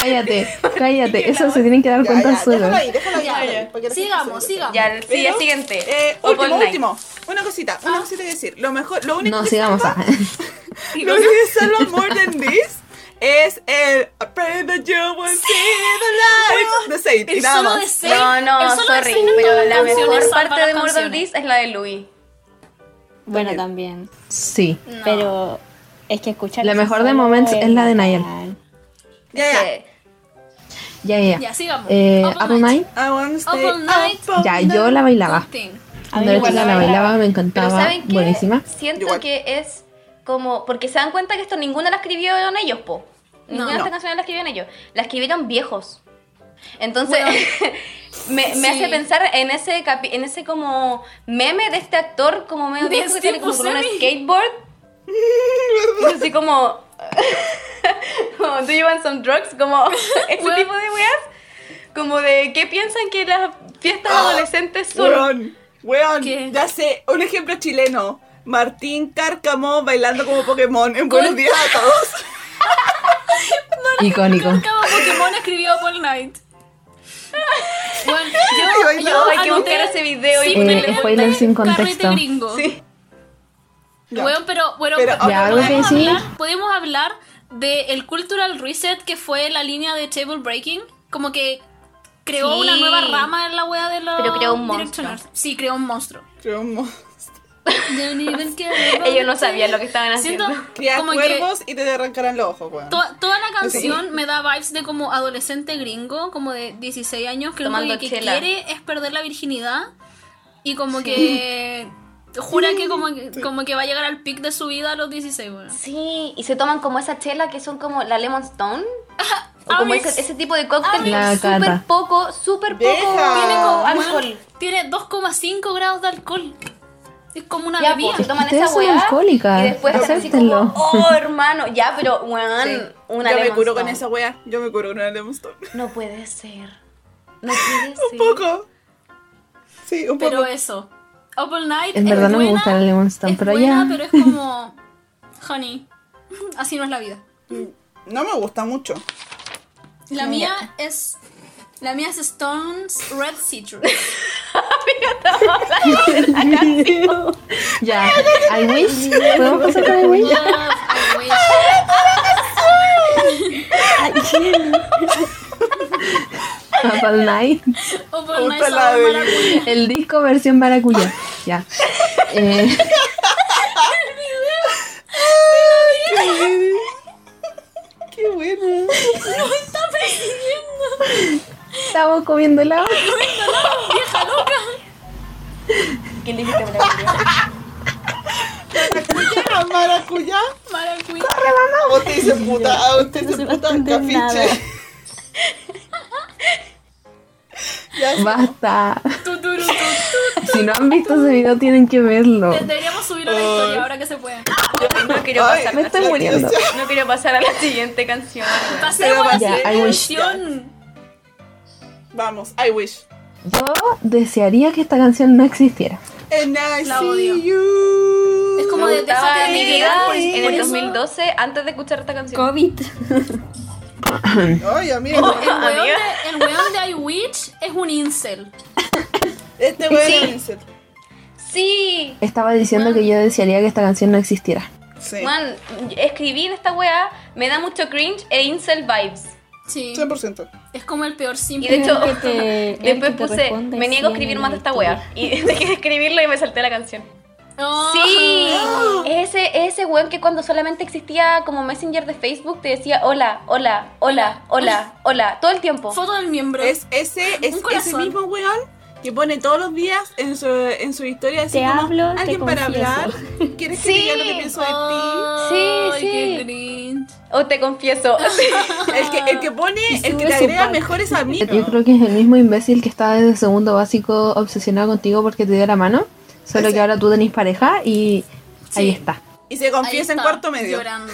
Speaker 4: Cállate, cállate. Eso se tienen que dar
Speaker 6: Ya,
Speaker 4: cuenta
Speaker 6: ya,
Speaker 4: solos.
Speaker 6: déjalo ahí, déjalo ahí,
Speaker 3: Ya,
Speaker 6: déjalo ahí, porque la gente
Speaker 3: sigamos,
Speaker 6: se-
Speaker 3: sigamos.
Speaker 2: ya, sí,
Speaker 1: Pero,
Speaker 2: el siguiente.
Speaker 1: Eh,
Speaker 2: Open
Speaker 1: último,
Speaker 2: Night.
Speaker 1: último. Una cosita,
Speaker 3: Ah.
Speaker 1: una cosita que decir. Lo mejor, lo único
Speaker 4: No,
Speaker 1: que
Speaker 4: sigamos. ah,
Speaker 1: salva- lo único que salva more than this es el I pray that you will see the light de Saint y
Speaker 3: El
Speaker 1: nada
Speaker 3: solo
Speaker 1: más.
Speaker 3: de Zayn-
Speaker 2: No,
Speaker 3: el
Speaker 2: no,
Speaker 3: solo de
Speaker 2: sorry.
Speaker 3: Zayn en
Speaker 2: Pero
Speaker 3: todas
Speaker 2: la
Speaker 3: las
Speaker 2: mejor
Speaker 3: canciones
Speaker 2: parte
Speaker 3: salva
Speaker 2: de
Speaker 3: las
Speaker 2: Mordor
Speaker 3: canciones.
Speaker 2: This es la de Louis.
Speaker 5: *laughs* Bueno, también.
Speaker 4: *laughs* Sí.
Speaker 2: No.
Speaker 5: Pero es que escuchar.
Speaker 4: La
Speaker 5: eso
Speaker 4: mejor de
Speaker 5: solo
Speaker 4: Moments es la de Niall.
Speaker 1: Ya, ya.
Speaker 2: Sí.
Speaker 4: Ya, ya.
Speaker 3: Ya, sigamos.
Speaker 4: Eh,
Speaker 3: Open
Speaker 4: Apple
Speaker 3: Night.
Speaker 4: Night.
Speaker 1: I wanna stay
Speaker 3: Open night.
Speaker 1: up all
Speaker 4: Ya,
Speaker 1: night.
Speaker 4: yo la bailaba.
Speaker 3: Something.
Speaker 5: A mí
Speaker 4: Cuando era
Speaker 5: igual
Speaker 4: chica la
Speaker 5: la bailaba.
Speaker 4: bailaba, me
Speaker 2: Pero
Speaker 4: encantaba.
Speaker 2: ¿saben qué?
Speaker 4: Buenísima.
Speaker 2: Siento
Speaker 1: Igual.
Speaker 2: que es como... Porque se dan cuenta que esto ninguna la escribieron ellos, po. Ninguna de
Speaker 1: No.
Speaker 2: estas canciones la escribieron ellos. La escribieron viejos. Entonces, *laughs* me, me
Speaker 3: sí.
Speaker 2: hace pensar en ese capi- en ese como meme de este actor como medio
Speaker 3: De
Speaker 2: viejo que tiene como con un
Speaker 3: Steve Buscemi.
Speaker 2: skateboard.
Speaker 1: *laughs*
Speaker 2: así como... *laughs* como, Do you want some drugs? Como *laughs* ese
Speaker 3: Weón.
Speaker 2: tipo de weas. Como de qué piensan que las fiestas adolescentes son.
Speaker 1: Ah, Weón, weón,
Speaker 3: ¿Qué?
Speaker 1: ya sé, un ejemplo chileno. Martín Cárcamo bailando como Pokémon en Buenos Días a todos.
Speaker 4: Icónico.
Speaker 3: Cada Pokémon escribió Apple Night. Bueno, yo,
Speaker 1: Ay,
Speaker 3: yo
Speaker 1: no,
Speaker 2: hay que
Speaker 3: anoté
Speaker 2: buscar ese video y
Speaker 3: Sí,
Speaker 2: ponerle-
Speaker 3: pero
Speaker 4: spoiler sin
Speaker 3: carrete
Speaker 4: contexto.
Speaker 3: *laughs* gringo.
Speaker 2: Sí.
Speaker 1: Ya.
Speaker 3: Bueno, pero bueno,
Speaker 1: Pero,
Speaker 3: pero
Speaker 1: Ya,
Speaker 4: ¿algo que
Speaker 3: podemos,
Speaker 4: decir?
Speaker 3: hablar, podemos hablar de el cultural reset que fue la línea de table breaking, como que creó
Speaker 2: Sí.
Speaker 3: una nueva rama en la wea de los
Speaker 2: Pero creó un monstruo.
Speaker 3: directioners. Sí, creó un monstruo.
Speaker 1: Creo un mo-
Speaker 2: *laughs* Ellos no sabían lo que estaban haciendo.
Speaker 3: Siento
Speaker 1: Cría
Speaker 3: como que
Speaker 1: cuervos y te arrancarán los ojos, weón.
Speaker 3: to- toda la canción me da vibes de como adolescente gringo, como de 16 años, que lo
Speaker 2: Tomando
Speaker 3: único que
Speaker 2: chela.
Speaker 3: quiere es perder la virginidad y como que jura que como, que- como que va a llegar al pic de su vida a los 16, bueno.
Speaker 2: Sí, y se toman como esa chela que son como la Lemon Stone. O como
Speaker 3: Amis.
Speaker 2: ese, ese tipo de cóctel
Speaker 4: Amis. La
Speaker 2: súper
Speaker 4: cata.
Speaker 2: poco, súper poco
Speaker 1: Deja.
Speaker 2: tiene como alcohol.
Speaker 3: Bueno, tiene 2,5 grados de alcohol. Es como una
Speaker 2: Ya,
Speaker 3: bebida.
Speaker 2: pues, se toman
Speaker 4: Ustedes
Speaker 2: esa
Speaker 4: son
Speaker 2: weá
Speaker 4: alcohólicas,
Speaker 2: y después están así
Speaker 4: acéptenlo.
Speaker 2: como,
Speaker 4: *laughs*
Speaker 2: oh, hermano, ya, pero, weón, una
Speaker 1: Yo me
Speaker 2: Lemon
Speaker 1: curo
Speaker 2: Stone.
Speaker 1: con esa wea. Yo me curo con una Lemon Stone.
Speaker 2: No puede ser, no puede ser.
Speaker 1: Un
Speaker 2: *laughs*
Speaker 1: poco. Sí, un
Speaker 3: Pero
Speaker 1: poco.
Speaker 3: eso. Apple Night
Speaker 4: En
Speaker 3: es
Speaker 4: verdad no me
Speaker 3: buena,
Speaker 4: gusta la Lemon Stone,
Speaker 3: es
Speaker 4: pero
Speaker 3: buena,
Speaker 4: ya.
Speaker 3: pero es como... Honey, *laughs* así no es la vida.
Speaker 1: No me gusta mucho.
Speaker 3: La mía es... La mía es Stones Red Citrus.
Speaker 4: Ya. I wish. ¿Podemos pasar con I
Speaker 2: *laughs*
Speaker 4: wish?
Speaker 3: Love, I wish.
Speaker 4: Apple Night.
Speaker 3: Apple Night
Speaker 1: Puta la
Speaker 3: sabe
Speaker 1: de-
Speaker 3: maravilloso.
Speaker 4: El disco versión maracuyá. Ya. Eh,
Speaker 1: *laughs* Qué bueno.
Speaker 3: *laughs*
Speaker 4: estamos comiendo helado.
Speaker 2: ¿Qué le dijiste, weón?
Speaker 1: Mira, maracuyá.
Speaker 3: Maracuyá.
Speaker 1: A vos te dicen puta, a vos te dicen
Speaker 5: se va a
Speaker 1: puta,
Speaker 5: entender nada.
Speaker 1: cafiche. Ya sé.
Speaker 4: Basta.
Speaker 3: Tu, tu, ru, tu, tu.
Speaker 4: Si no han visto ese video, tienen que verlo.
Speaker 3: De- Deberíamos subirlo a la historia ahora que se puede.
Speaker 2: No quiero
Speaker 1: Ay,
Speaker 2: pasar,
Speaker 4: Me estoy
Speaker 1: La
Speaker 4: muriendo.
Speaker 1: canción.
Speaker 2: no quiero pasar a la siguiente canción. weón.
Speaker 3: Pasemos a la
Speaker 4: Ya,
Speaker 3: siguiente
Speaker 4: I wish.
Speaker 3: canción.
Speaker 1: Vamos, I wish.
Speaker 4: Yo desearía que esta canción no existiera.
Speaker 1: And I
Speaker 3: La
Speaker 1: see
Speaker 3: odio.
Speaker 1: you.
Speaker 3: Es como
Speaker 2: Me
Speaker 3: de
Speaker 2: gustaba
Speaker 3: Déjate de
Speaker 2: mi
Speaker 3: Negar,
Speaker 2: vida
Speaker 3: por-
Speaker 2: en
Speaker 3: por
Speaker 2: el
Speaker 3: eso-
Speaker 2: 2012 antes de escuchar esta canción.
Speaker 5: COVID.
Speaker 1: Oye, amigo,
Speaker 3: El weón,
Speaker 2: Amiga.
Speaker 3: de, el weón de I Wish es un incel.
Speaker 1: este weón
Speaker 2: Sí.
Speaker 1: es Vincent.
Speaker 2: Sí,
Speaker 4: Estaba diciendo que yo desearía que esta canción no existiera.
Speaker 1: Sí,
Speaker 2: Juan, escribí en esta weá, me da mucho cringe e incel vibes.
Speaker 3: Sí.
Speaker 1: 100%.
Speaker 3: Es como el peor simple.
Speaker 2: Y de
Speaker 5: *laughs*
Speaker 2: hecho,
Speaker 5: El que te- el
Speaker 2: después
Speaker 5: que te
Speaker 2: puse,
Speaker 5: responde
Speaker 2: me niego a
Speaker 5: sí en
Speaker 2: escribir
Speaker 5: la
Speaker 2: más de esta
Speaker 5: historia.
Speaker 2: weá. Y *laughs* dejé de escribirlo y me salté la canción.
Speaker 3: Oh.
Speaker 2: Sí, ese, ese weón que cuando solamente existía como Messenger de Facebook te decía hola, hola, hola, hola, hola, todo el tiempo.
Speaker 3: Foto del miembro.
Speaker 1: Es ese, es ese
Speaker 3: corazón.
Speaker 1: mismo weón que pone todos los días en su, en su historia así
Speaker 5: Te
Speaker 1: como,
Speaker 5: hablo, te
Speaker 1: alguien para
Speaker 5: confieso".
Speaker 1: hablar, quieres que
Speaker 2: Sí.
Speaker 1: diga lo que pienso de ti.
Speaker 3: Ay,
Speaker 2: Sí, sí.
Speaker 3: qué cringe.
Speaker 2: O te confieso.
Speaker 1: El que, el que pone,
Speaker 5: Y
Speaker 1: el que
Speaker 5: sube
Speaker 1: te
Speaker 5: su
Speaker 1: agrega
Speaker 5: pack.
Speaker 1: mejores amigos.
Speaker 4: Yo creo que es el mismo imbécil que está desde segundo básico obsesionado contigo porque te dio la mano. Solo que ahora tú tenés pareja y
Speaker 3: Sí.
Speaker 4: ahí está.
Speaker 1: Y se confiesa en
Speaker 3: Ahí está,
Speaker 1: cuarto medio.
Speaker 3: Llorando.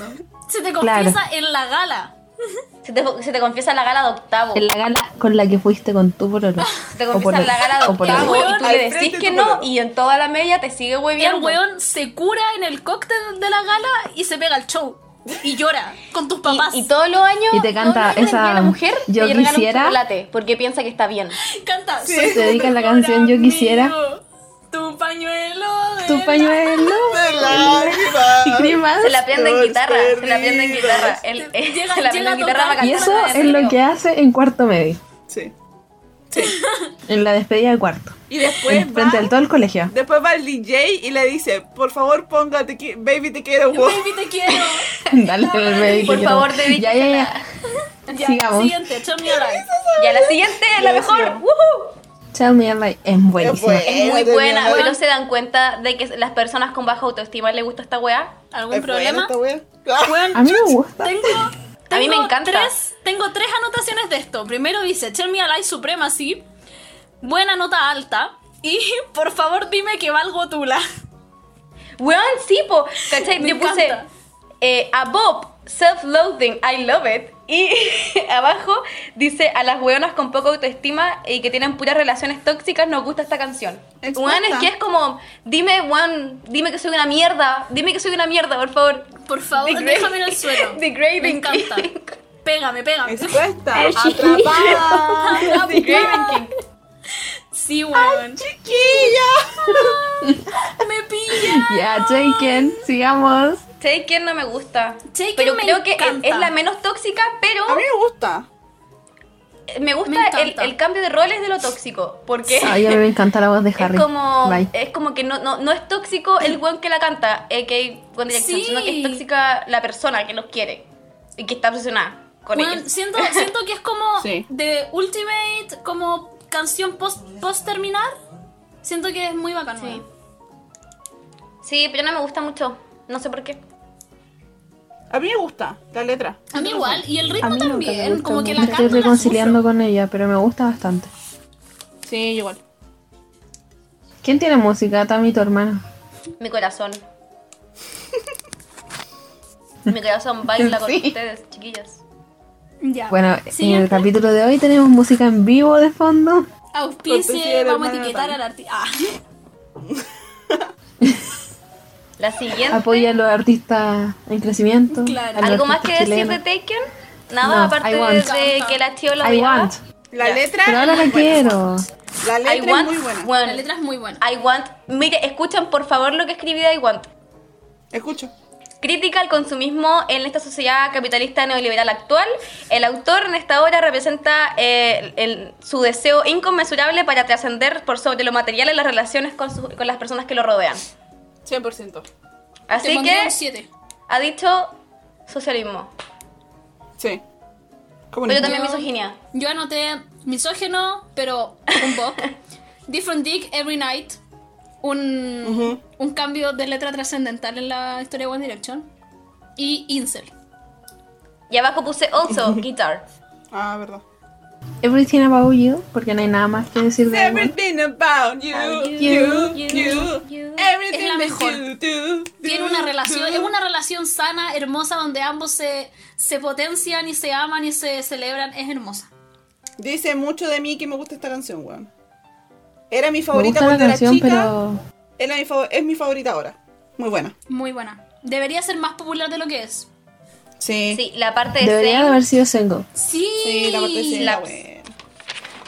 Speaker 3: Se te confiesa en la gala.
Speaker 2: *laughs* se, te, se te confiesa en la gala de octavo.
Speaker 4: En la gala con la que fuiste con tu porolo.
Speaker 2: Se Ah, te
Speaker 4: O
Speaker 2: confiesa en la gala de
Speaker 4: o pololo.
Speaker 2: octavo y tú
Speaker 1: Al
Speaker 2: le
Speaker 1: frente
Speaker 2: decís
Speaker 1: de
Speaker 2: que
Speaker 1: tu
Speaker 2: no
Speaker 1: pololo.
Speaker 2: y en toda la media te sigue
Speaker 3: Y el
Speaker 2: hueviando.
Speaker 3: weón se cura en el cóctel de la gala y se pega al show. Y llora con tus
Speaker 2: Y-
Speaker 3: papás.
Speaker 2: Y, todos los años
Speaker 4: Y te canta
Speaker 2: todos los años
Speaker 4: esa,
Speaker 2: viene la mujer
Speaker 4: yo
Speaker 2: y le regala
Speaker 4: quisiera-
Speaker 2: un chocolate porque piensa que está bien.
Speaker 3: canta.
Speaker 1: Sí.
Speaker 3: "Soy
Speaker 4: Te dedica
Speaker 3: tu
Speaker 4: la
Speaker 3: mejor
Speaker 4: canción Yo quisiera".
Speaker 3: amigo, Tu pañuelo. de
Speaker 4: Tu pañuelo.
Speaker 1: De lágrimas.
Speaker 4: Y cremas.
Speaker 2: Se la aprende en
Speaker 1: Los
Speaker 2: guitarra, se la aprende en
Speaker 1: perdidos.
Speaker 2: guitarra. Él,
Speaker 3: Te-
Speaker 2: él-
Speaker 3: llega-
Speaker 2: se la aprende
Speaker 3: llega
Speaker 2: en guitarra
Speaker 3: a
Speaker 2: para
Speaker 3: tocar.
Speaker 4: Y
Speaker 2: cantar
Speaker 4: eso
Speaker 2: en el
Speaker 4: es lo
Speaker 2: recreo.
Speaker 4: que hace en cuarto medio.
Speaker 1: Sí.
Speaker 4: En la despedida de cuarto.
Speaker 1: Y después
Speaker 4: En
Speaker 2: Pues
Speaker 4: frente al
Speaker 1: va,
Speaker 4: todo el colegio.
Speaker 1: después va el DJ y le dice, por favor ponga te qui- Baby Te Quiero Wow.
Speaker 3: *laughs* Baby, te quiero.
Speaker 4: *laughs* Dale al médico.
Speaker 2: Por
Speaker 4: que no.
Speaker 2: favor, dedícatela.
Speaker 4: Ya, ya, ya.
Speaker 2: *laughs*
Speaker 3: Ya,
Speaker 4: Sigamos.
Speaker 3: siguiente, Show Me Alive.
Speaker 2: Y a la siguiente, la mejor. ¡Woohoo!
Speaker 4: Tell me like es buenísima.
Speaker 1: buena.
Speaker 2: Es muy
Speaker 1: Buena,
Speaker 2: buena,
Speaker 1: buena.
Speaker 2: pero se dan cuenta de que las personas con baja autoestima les gusta esta weá.
Speaker 3: ¿Algún
Speaker 1: ¿Es buena
Speaker 3: problema?
Speaker 1: esta wea? Ah, *laughs*
Speaker 3: Weón,
Speaker 4: A mí me gusta.
Speaker 3: Tengo,
Speaker 2: A mí me
Speaker 3: tengo
Speaker 2: encanta.
Speaker 3: Tres, tengo tres anotaciones de esto. Primero dice, Tell me Alive Supremacy, buena nota alta, y *laughs* por favor dime que valgo tula. *laughs*
Speaker 2: Weón, sí, po. ¿Cachai?
Speaker 3: Me
Speaker 2: Yo puse
Speaker 3: encanta.
Speaker 2: eh, a Bob, self-loathing, I love it. Y *laughs* abajo dice a las weonas con poca autoestima y que tienen puras relaciones tóxicas, nos gusta esta canción.
Speaker 1: Expuesta.
Speaker 2: Weón, es que es como, dime, weón, dime que soy una mierda, dime que soy una mierda, por favor.
Speaker 3: Por favor,
Speaker 2: Degrading.
Speaker 3: déjame en el suelo.
Speaker 2: *laughs* Degrading.
Speaker 3: Me encanta. Pégame, pégame.
Speaker 1: Expuesta,
Speaker 3: *laughs*
Speaker 1: atrapada.
Speaker 2: Degrading King.
Speaker 3: Sí, weón.
Speaker 1: Chiquilla.
Speaker 3: *laughs* Me pilla.
Speaker 4: *laughs* Ya, Jaken, sigamos.
Speaker 2: Taken no me gusta.
Speaker 3: Taken
Speaker 2: pero
Speaker 3: me
Speaker 2: creo que es,
Speaker 3: encanta.
Speaker 2: es la menos tóxica, pero
Speaker 1: A mí me gusta.
Speaker 2: me gusta
Speaker 3: Me
Speaker 2: el,
Speaker 3: encanta.
Speaker 2: el cambio de roles de lo tóxico. Porque *laughs*
Speaker 4: Ay, a mí me encanta la voz de Harry.
Speaker 2: es como
Speaker 4: Bye.
Speaker 2: es como que no, no, no es tóxico el weón que la canta, a.k.a. One Direction,
Speaker 3: Sí.
Speaker 2: sino que es tóxica la persona que los quiere y que está obsesionada con
Speaker 3: Weón,
Speaker 2: ellos.
Speaker 3: siento, siento que es como
Speaker 1: Sí.
Speaker 3: de Ultimate, como canción post, post terminar. Siento que es muy bacán.
Speaker 2: Sí.
Speaker 3: weón.
Speaker 2: Sí, pero no me gusta mucho. No sé por qué.
Speaker 1: A mí me gusta la letra.
Speaker 3: A mí igual, y el ritmo
Speaker 4: A mí nunca me
Speaker 3: también,
Speaker 4: gustó
Speaker 3: como que
Speaker 4: mucho.
Speaker 3: la
Speaker 4: Me estoy
Speaker 3: canto la
Speaker 4: reconciliando con ella, pero me gusta bastante.
Speaker 1: Sí, igual.
Speaker 4: ¿Quién tiene música? Tami, tu hermano.
Speaker 2: Mi
Speaker 4: *laughs*
Speaker 2: corazón. Mi corazón baila con
Speaker 4: Sí.
Speaker 2: ustedes, chiquillas.
Speaker 3: sufro.
Speaker 2: Ah,
Speaker 3: Ya.
Speaker 4: Bueno, en
Speaker 3: Siguiente.
Speaker 4: el capítulo de hoy tenemos música en vivo de fondo.
Speaker 3: Auspicie,
Speaker 1: Auspicie de
Speaker 3: vamos a
Speaker 1: hermana
Speaker 3: etiquetar
Speaker 1: Natalia.
Speaker 3: al ah, artista.
Speaker 4: *laughs*
Speaker 2: La siguiente.
Speaker 4: Apoya a los artistas en crecimiento.
Speaker 3: Claro.
Speaker 4: a los
Speaker 2: ¿Algo más que
Speaker 4: artistas
Speaker 2: decir de
Speaker 4: chilenos.
Speaker 2: Taken? Nada,
Speaker 4: No,
Speaker 2: aparte
Speaker 4: I
Speaker 2: de,
Speaker 4: want.
Speaker 2: de que la tío lo ¿ah?
Speaker 4: I
Speaker 2: odiaba.
Speaker 4: want.
Speaker 1: La
Speaker 2: Ya.
Speaker 1: letra.
Speaker 4: Pero ahora
Speaker 1: es
Speaker 4: la
Speaker 1: muy buena.
Speaker 4: quiero.
Speaker 1: La
Speaker 2: I
Speaker 1: letra es
Speaker 2: want.
Speaker 1: muy buena.
Speaker 2: bueno,
Speaker 3: La letra es muy buena.
Speaker 2: I want. Mire, escuchen por favor lo que escribí de I want.
Speaker 1: Escucho.
Speaker 2: Crítica al consumismo en esta sociedad capitalista neoliberal actual. El autor en esta obra representa eh, el- su deseo inconmensurable para trascender por sobre lo material en las relaciones con, sus- con las personas que lo rodean.
Speaker 1: 100%.
Speaker 3: Te
Speaker 2: Así
Speaker 3: pondría
Speaker 2: que
Speaker 3: un 7.
Speaker 2: ha dicho socialismo,
Speaker 1: Sí. ¿Cómo
Speaker 2: pero
Speaker 1: no?
Speaker 2: también
Speaker 3: Yo-
Speaker 2: misoginia.
Speaker 3: Yo anoté misógeno, pero un
Speaker 4: *laughs*
Speaker 3: bop. Different dick every night. Un,
Speaker 1: Ujú.
Speaker 3: un cambio de letra trascendental en la historia de One Direction. Y incel.
Speaker 2: Y abajo puse
Speaker 4: *laughs*
Speaker 2: also guitar.
Speaker 1: Ah, verdad.
Speaker 4: Everything about you, porque no hay nada más que decir de ella.
Speaker 1: Everything about you, you, you,
Speaker 3: Es
Speaker 1: everything that
Speaker 3: la mejor.
Speaker 1: you do, do,
Speaker 3: Tiene una relación,
Speaker 1: do.
Speaker 3: es una relación sana, hermosa, donde ambos se, se potencian y se aman y se celebran. Es hermosa.
Speaker 1: Dice mucho de mí que me gusta esta canción, weón. Era mi
Speaker 4: Me
Speaker 1: favorita
Speaker 4: gusta la
Speaker 1: cuando
Speaker 4: canción,
Speaker 1: era chica.
Speaker 4: pero
Speaker 1: Era mi fav- es mi favorita ahora. Muy buena.
Speaker 3: Muy buena. Debería ser más popular de lo que es.
Speaker 1: Sí.
Speaker 2: Sí, la parte de
Speaker 4: debería de
Speaker 2: Zayn,
Speaker 4: haber sido single.
Speaker 3: Sí.
Speaker 1: Sí, la parte de la
Speaker 2: Laps.
Speaker 1: weón.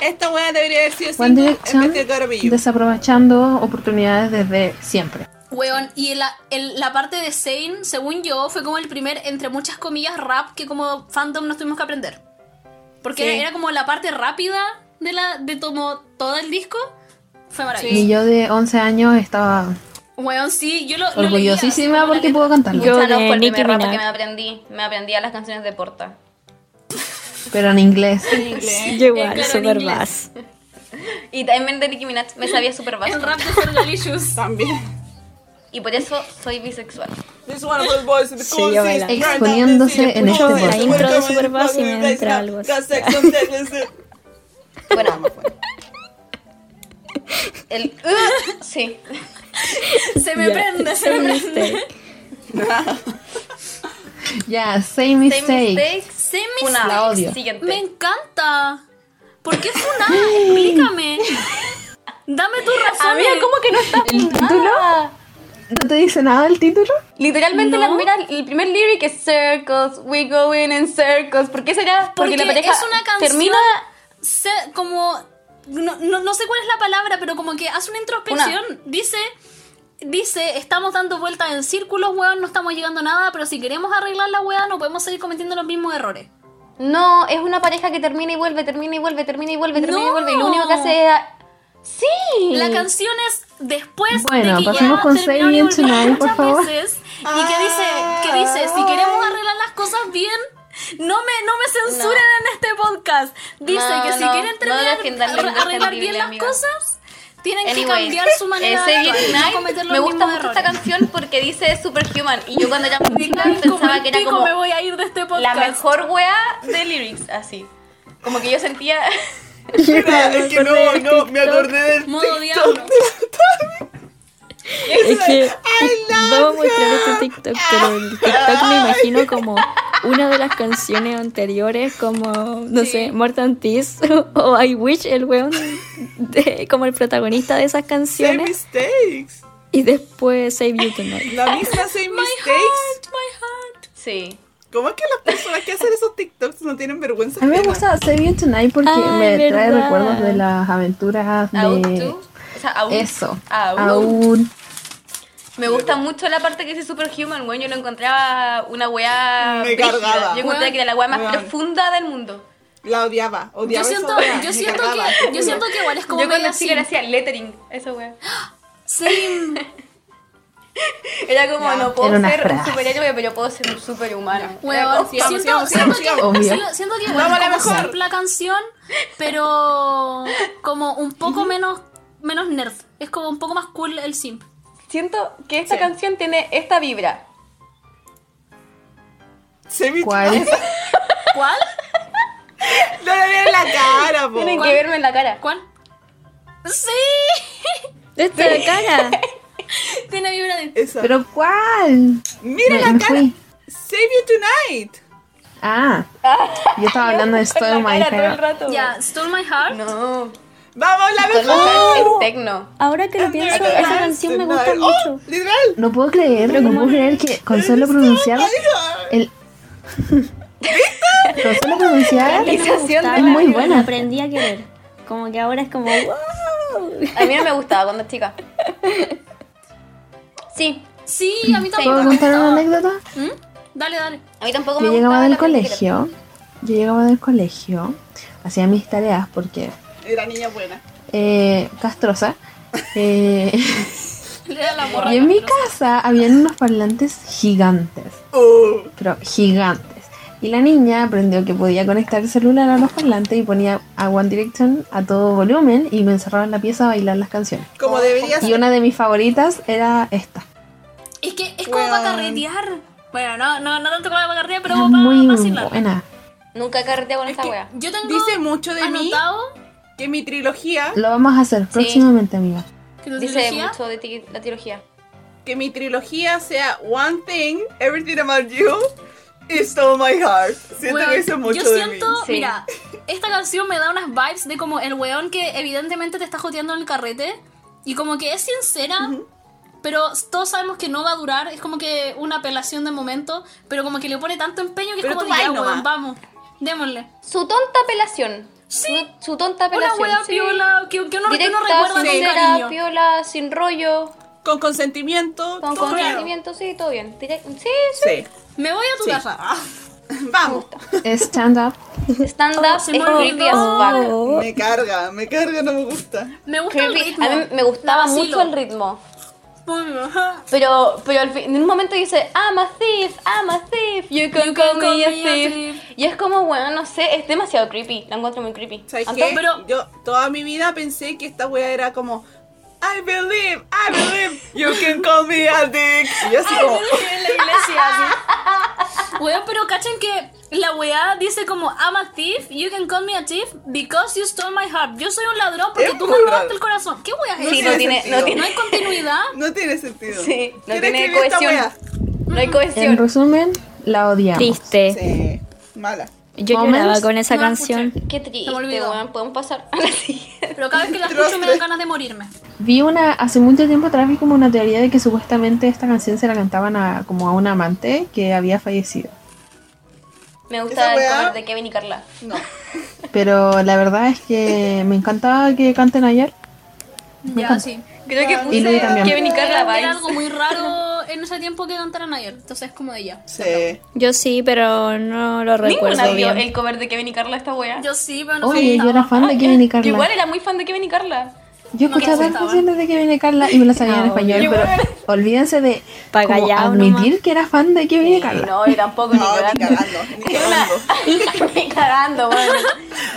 Speaker 1: Esta weá debería haber sido
Speaker 4: One
Speaker 1: single en
Speaker 4: Direction
Speaker 1: vez de Gotta Be You.
Speaker 4: desaprovechando oportunidades desde siempre.
Speaker 3: Weón, y la, el- la parte de Zane, según yo, fue como el primer, entre muchas comillas, rap que como fandom nos tuvimos que aprender. Porque
Speaker 1: Sí.
Speaker 3: era, era como la parte rápida de la de como todo el disco. Fue maravilloso.
Speaker 4: Y yo de 11 años estaba
Speaker 3: Weón, sí, yo lo, lo leía, así como
Speaker 4: orgullosísima
Speaker 3: la
Speaker 4: porque
Speaker 3: letra.
Speaker 4: puedo cantarlo.
Speaker 5: Yo
Speaker 2: Mucha no
Speaker 5: de
Speaker 2: fue el
Speaker 5: Nicki
Speaker 2: primer rap
Speaker 5: Minaj.
Speaker 2: que me aprendí. Me aprendí a las canciones de Porta.
Speaker 4: Pero en inglés.
Speaker 1: En inglés.
Speaker 5: Yo
Speaker 3: claro,
Speaker 5: igual,
Speaker 3: en
Speaker 5: super
Speaker 3: inglés.
Speaker 5: más.
Speaker 2: Y también de Nicki Minaj me sabía súper
Speaker 3: El
Speaker 2: básico. *laughs*
Speaker 3: rap de Fergalicious.
Speaker 1: También.
Speaker 2: y por eso soy bisexual.
Speaker 1: This one of those boys with
Speaker 5: Sí,
Speaker 1: cool
Speaker 5: yo
Speaker 1: seats,
Speaker 5: bailaba.
Speaker 1: right down
Speaker 4: Exponiéndose
Speaker 1: the seat,
Speaker 4: en este
Speaker 1: cool
Speaker 4: podcast.
Speaker 1: seats,
Speaker 5: La intro de
Speaker 1: cool
Speaker 5: Superbus y
Speaker 1: seats,
Speaker 5: me
Speaker 1: cool
Speaker 5: entra
Speaker 1: seats,
Speaker 5: algo
Speaker 1: got
Speaker 5: así.
Speaker 1: sex on deadly seat.
Speaker 2: Bueno, el uh, sí.
Speaker 3: Se me
Speaker 5: Ya,
Speaker 3: prende, se
Speaker 5: same
Speaker 3: me prende.
Speaker 2: *laughs*
Speaker 5: mistake.
Speaker 4: *laughs* Ya, same
Speaker 2: Same
Speaker 4: mistake.
Speaker 2: mistakes.
Speaker 3: Se me
Speaker 2: Funada.
Speaker 4: La odio.
Speaker 2: Siguiente.
Speaker 3: Me encanta. ¿Por qué Funá?
Speaker 2: *laughs*
Speaker 3: Explícame. Dame tu razón.
Speaker 2: Amiga, ¿cómo que no está
Speaker 4: ¿El título?
Speaker 2: fundada?
Speaker 4: ¿No te dice nada el título?
Speaker 2: Literalmente la primera, el primer lyric es circles, we go in in circles. ¿Por qué será?
Speaker 3: Porque,
Speaker 2: Porque, la pareja
Speaker 3: es una canción.
Speaker 2: termina
Speaker 3: se- como. No, no, no sé cuál es la palabra, pero como que hace una introspección. Dice. Dice, estamos dando vueltas en círculos, weón, no estamos llegando a nada, pero si queremos arreglar la weá, no podemos seguir cometiendo los mismos errores.
Speaker 2: No, es una pareja que termina y vuelve, termina y vuelve, termina y vuelve, termina y
Speaker 3: No.
Speaker 2: vuelve. Y lo único que hace es. a- ¡Sí!
Speaker 3: La canción es después de
Speaker 4: Bueno,
Speaker 3: que
Speaker 4: pasemos
Speaker 3: ya
Speaker 4: con
Speaker 3: terminaron
Speaker 4: Say
Speaker 3: y
Speaker 4: It
Speaker 3: volvieron
Speaker 4: Tonight, por
Speaker 3: muchas
Speaker 4: favor.
Speaker 3: veces, y que dice, que dice, si queremos arreglar las cosas bien, no me, no me censuren en este podcast. Dice
Speaker 2: No,
Speaker 3: que si
Speaker 2: no,
Speaker 3: quieren
Speaker 2: no
Speaker 3: terminar,
Speaker 2: defiendan lo
Speaker 3: arreglar bien
Speaker 2: indefendible,
Speaker 3: las
Speaker 2: amiga.
Speaker 3: cosas, tienen que
Speaker 2: Anyway,
Speaker 3: cambiar su manera
Speaker 2: ese
Speaker 3: de actuar y
Speaker 2: Get
Speaker 3: no
Speaker 2: Night,
Speaker 3: cometer los
Speaker 2: Me gusta
Speaker 3: mismos
Speaker 2: mucho esta
Speaker 3: errores.
Speaker 2: canción porque dice Superhuman. Y yo
Speaker 3: *laughs*
Speaker 2: cuando era muy chica pensaba
Speaker 3: Como
Speaker 2: que
Speaker 3: el
Speaker 2: era
Speaker 3: pico
Speaker 2: como
Speaker 3: me voy a ir de este podcast.
Speaker 2: la mejor wea de lyrics, así. Como que yo sentía.
Speaker 1: Mira, es que no, no, me acordé del
Speaker 3: Modo
Speaker 1: *laughs* TikTok.
Speaker 3: diablo.
Speaker 5: Es que vamos a mostrar este TikTok, pero el TikTok me imagino como una de las canciones anteriores, como, no sé, Morton Tease *laughs* o I Wish, el weón, de- como el protagonista de esas
Speaker 1: Same
Speaker 5: canciones.
Speaker 1: mistakes.
Speaker 5: Y después Save You Tonight.
Speaker 1: La misma Same mistakes.
Speaker 2: Sí.
Speaker 1: ¿Cómo es que las personas que hacen esos TikToks no tienen vergüenza?
Speaker 4: A mí me
Speaker 1: ajena?
Speaker 4: gusta Save You Tonight porque
Speaker 5: Ay,
Speaker 4: me trae
Speaker 5: verdad.
Speaker 4: recuerdos de las aventuras
Speaker 2: Out
Speaker 4: de...
Speaker 2: too. O sea, out.
Speaker 4: Eso.
Speaker 2: Out.
Speaker 4: Aún.
Speaker 2: Me gusta mucho la parte que dice Superhuman, weón. Yo no encontraba una weá.
Speaker 1: Me
Speaker 2: brígida.
Speaker 1: cargaba.
Speaker 2: Yo encontré que era la weá más
Speaker 1: Weón.
Speaker 2: profunda del mundo.
Speaker 1: La odiaba,
Speaker 3: Yo
Speaker 1: odiaba
Speaker 3: siento,
Speaker 1: esa wea,
Speaker 3: yo
Speaker 1: me
Speaker 3: siento
Speaker 1: cargaba.
Speaker 3: que, yo siento que igual es como
Speaker 2: yo cuando
Speaker 3: medio
Speaker 2: chica le
Speaker 3: así.
Speaker 2: hacía lettering, esa wea.
Speaker 3: Sí,
Speaker 2: Era como,
Speaker 1: Ya,
Speaker 2: no puedo
Speaker 4: era una
Speaker 2: ser un
Speaker 4: frase.
Speaker 2: superhéroe, pero yo puedo ser un superhumano. Era
Speaker 3: Weón,
Speaker 2: como-
Speaker 1: sigamos,
Speaker 3: siento,
Speaker 1: sigamos,
Speaker 3: siento
Speaker 1: sigamos,
Speaker 3: que,
Speaker 1: sigamos.
Speaker 3: siento- siento que igual
Speaker 1: Vamos a la
Speaker 3: es como
Speaker 1: mejor.
Speaker 3: simple la canción, pero como un poco menos menos nerd. Es como un poco más cool el simp.
Speaker 2: Siento que esta
Speaker 3: Sí.
Speaker 2: canción tiene esta vibra.
Speaker 1: Same
Speaker 4: ¿Cuál?
Speaker 3: ¿Cuál?
Speaker 1: *laughs* No le vieron la cara, po.
Speaker 2: Tienen que verme en la cara.
Speaker 3: ¿Cuál?
Speaker 1: *laughs*
Speaker 3: ¡Sí!
Speaker 5: ¡Esta cara!
Speaker 3: Tiene vibra de.
Speaker 1: Esa.
Speaker 4: ¿Pero cuál?
Speaker 1: Mira
Speaker 4: Me-
Speaker 1: la
Speaker 4: me
Speaker 1: cara.
Speaker 4: fui.
Speaker 1: Save you tonight.
Speaker 4: Ah, yo estaba hablando de Stone
Speaker 2: Con la
Speaker 4: My
Speaker 2: cara todo el
Speaker 4: Heart.
Speaker 2: rato.
Speaker 3: Ya, Stole My Heart.
Speaker 2: No.
Speaker 1: Vamos, la
Speaker 2: Con la cara
Speaker 1: mejor.
Speaker 2: en tecno.
Speaker 5: Ahora que lo pienso, esa canción me gusta mucho.
Speaker 1: Literal.
Speaker 4: No puedo creer, no puedo creer que con solo pronunciar el... con solo pronunciar...
Speaker 5: Antes
Speaker 2: Realización
Speaker 5: no me
Speaker 2: de
Speaker 5: gustaba,
Speaker 2: la
Speaker 5: pero
Speaker 4: muy
Speaker 5: la
Speaker 4: buena.
Speaker 5: Aprendí a querer. Como que ahora es como, wow.
Speaker 2: A mí no me gustaba cuando chica. Sí.
Speaker 3: Sí, a mí tampoco.
Speaker 4: ¿Puedo
Speaker 3: me
Speaker 4: contar una
Speaker 3: gustaba.
Speaker 4: anécdota?
Speaker 3: ¿Mm? Dale, dale.
Speaker 2: A mí tampoco me
Speaker 4: Yo
Speaker 2: gustaba.
Speaker 4: llegaba
Speaker 2: la
Speaker 4: del
Speaker 2: película.
Speaker 4: colegio, yo llegaba del colegio, hacía mis tareas porque...
Speaker 1: Era niña buena.
Speaker 4: Eh, castrosa. Eh, *laughs*
Speaker 3: Le da la morra.
Speaker 4: y en mi casa habían unos parlantes gigantes.
Speaker 1: Oh.
Speaker 2: Uh.
Speaker 4: pero gigantes. Y la niña aprendió que podía conectar el celular a los parlantes y ponía a One Direction a todo volumen y me encerraba en la pieza a bailar las canciones.
Speaker 1: Como debería
Speaker 4: Y
Speaker 1: ser.
Speaker 4: una de mis favoritas era esta.
Speaker 3: Es que es como
Speaker 1: Weón.
Speaker 3: para carretear. Bueno, no, no, no tanto como para carretear, pero
Speaker 4: Era
Speaker 3: para
Speaker 4: muy
Speaker 3: vacilar.
Speaker 4: buena.
Speaker 2: Nunca carreteaba con
Speaker 1: Es
Speaker 2: esa
Speaker 1: que
Speaker 2: wea.
Speaker 3: Yo tengo
Speaker 1: Dice mucho de mí
Speaker 3: anotado
Speaker 1: que mi trilogía,
Speaker 4: Lo vamos a hacer próximamente, amiga.
Speaker 3: que tu
Speaker 2: Dice
Speaker 3: trilogía
Speaker 2: mucho de ti- la trilogía.
Speaker 1: que mi trilogía sea One Thing, Everything About You, y Stole My Heart. Siento
Speaker 3: Weón,
Speaker 1: que hice mucho de
Speaker 3: yo
Speaker 1: mí.
Speaker 3: siento,
Speaker 2: Sí.
Speaker 3: mira, esta canción me da unas vibes de como el weón que evidentemente te está joteando en el carrete y como que es sincera, pero todos sabemos que no va a durar, es como que una apelación de momento, pero como que le pone tanto empeño que
Speaker 1: Pero
Speaker 3: es como
Speaker 1: tú
Speaker 3: de,
Speaker 1: vas
Speaker 3: ya,
Speaker 1: nomás".
Speaker 3: weón, vamos, démosle.
Speaker 2: Su tonta apelación.
Speaker 3: Sí.
Speaker 2: Su, su tonta
Speaker 3: Una
Speaker 2: apelación.
Speaker 3: wea
Speaker 2: sí.
Speaker 3: piola que, que uno, que uno
Speaker 2: Directa,
Speaker 3: recuerda con
Speaker 1: sí.
Speaker 2: sincera,
Speaker 3: cariño.
Speaker 2: piola, sin rollo,
Speaker 1: Con consentimiento.
Speaker 2: con
Speaker 1: todo
Speaker 2: consentimiento, sí, todo bien. Direct- sí,
Speaker 1: bien.
Speaker 2: sí,
Speaker 3: Me voy a tu
Speaker 1: Sí.
Speaker 3: casa.
Speaker 1: Sí.
Speaker 2: me
Speaker 1: Vamos.
Speaker 2: gusta.
Speaker 4: Stand up.
Speaker 2: Stand
Speaker 3: Oh,
Speaker 2: up
Speaker 3: se
Speaker 2: es
Speaker 3: me olvidó.
Speaker 2: creepy as fuck.
Speaker 5: Oh.
Speaker 1: Me carga, me carga, no me gusta.
Speaker 3: Me gusta el
Speaker 2: Creepy.
Speaker 3: ritmo.
Speaker 2: A mí me gustaba
Speaker 3: La vacilo.
Speaker 2: mucho el ritmo.
Speaker 3: Pum, ajá.
Speaker 2: Pero, pero al fin, en un momento dice, I'm a thief, I'm a thief, you can, call, me a thief. Y es como, bueno, no sé, es demasiado creepy, la encuentro muy creepy.
Speaker 1: ¿Sabes
Speaker 2: Antes-
Speaker 1: qué?
Speaker 3: pero-
Speaker 1: Yo toda mi vida pensé que esta wea era como I believe, I believe you can call me addict. Y yo así como,
Speaker 3: en la iglesia, así. Weón, pero cachan que la weá dice como I'm a thief, you can call me a thief because you stole my heart. Yo soy un ladrón porque
Speaker 1: Es
Speaker 3: tú me
Speaker 1: muy raro.
Speaker 3: robaste el corazón. ¿Qué weá es
Speaker 2: Sí,
Speaker 3: esa?
Speaker 2: no tiene, no
Speaker 1: sentido.
Speaker 3: No
Speaker 2: tiene,
Speaker 3: hay continuidad.
Speaker 1: no tiene sentido.
Speaker 2: sí, no
Speaker 1: ¿Quién
Speaker 2: tiene
Speaker 1: escribió esta
Speaker 2: cohesión.
Speaker 1: wea?
Speaker 2: No hay
Speaker 4: En
Speaker 2: cohesión.
Speaker 4: resumen, la odiamos.
Speaker 5: Triste.
Speaker 1: Sí, mala.
Speaker 5: Yo
Speaker 4: Más o
Speaker 5: lloraba
Speaker 4: menos,
Speaker 5: con esa
Speaker 3: no la escuché.
Speaker 5: canción.
Speaker 2: Qué
Speaker 3: Se me
Speaker 2: triste,
Speaker 3: olvidó.
Speaker 2: weón. Podemos pasar a la *laughs* siguiente.
Speaker 3: Pero cada
Speaker 1: *laughs*
Speaker 3: vez que la escucho me dan
Speaker 1: Trostre.
Speaker 3: ganas de morirme.
Speaker 4: Vi una, hace mucho tiempo atrás vi como una teoría de que supuestamente esta canción se la cantaban a, como a un amante que había fallecido.
Speaker 2: Me gusta el
Speaker 1: weá-
Speaker 2: cover de Kevin y Carla.
Speaker 1: No.
Speaker 4: Pero la verdad es que me encantaba que canten ayer. Me
Speaker 3: Ya,
Speaker 2: *laughs*
Speaker 4: encanta.
Speaker 3: sí.
Speaker 2: Creo que
Speaker 4: Y Luis
Speaker 2: puse
Speaker 4: también.
Speaker 2: Kevin y Carla
Speaker 3: Era, era algo
Speaker 2: Vines. *laughs*
Speaker 3: muy raro en ese tiempo que cantaran ayer. Entonces es como de ella.
Speaker 1: Sí.
Speaker 5: Yo sí, pero no lo
Speaker 2: Ninguna
Speaker 5: recuerdo
Speaker 2: vio Eh,
Speaker 5: bien.
Speaker 2: el cover de Kevin y Carla esta wea.
Speaker 3: Yo sí, pero no
Speaker 4: Oye,
Speaker 3: me
Speaker 4: yo era
Speaker 3: gustaba.
Speaker 4: fan de
Speaker 2: *laughs*
Speaker 4: Kevin y Carla.
Speaker 2: Igual era muy fan de Kevin y Carla.
Speaker 4: Yo
Speaker 3: No me
Speaker 4: escuchaba las
Speaker 3: gustaban.
Speaker 4: canciones de Kevin y Carla y me las sabía en
Speaker 5: Ah,
Speaker 4: español,
Speaker 2: obvio.
Speaker 4: pero olvídense de
Speaker 5: Pa'
Speaker 4: como
Speaker 5: callao
Speaker 4: admitir
Speaker 5: nomás.
Speaker 4: que era fan de Kevin y
Speaker 2: Sí,
Speaker 4: Carla.
Speaker 2: No, yo tampoco, ni
Speaker 1: No, ni
Speaker 2: cagando.
Speaker 1: cagando, ni cagando.
Speaker 2: *laughs* ni cagando, bueno.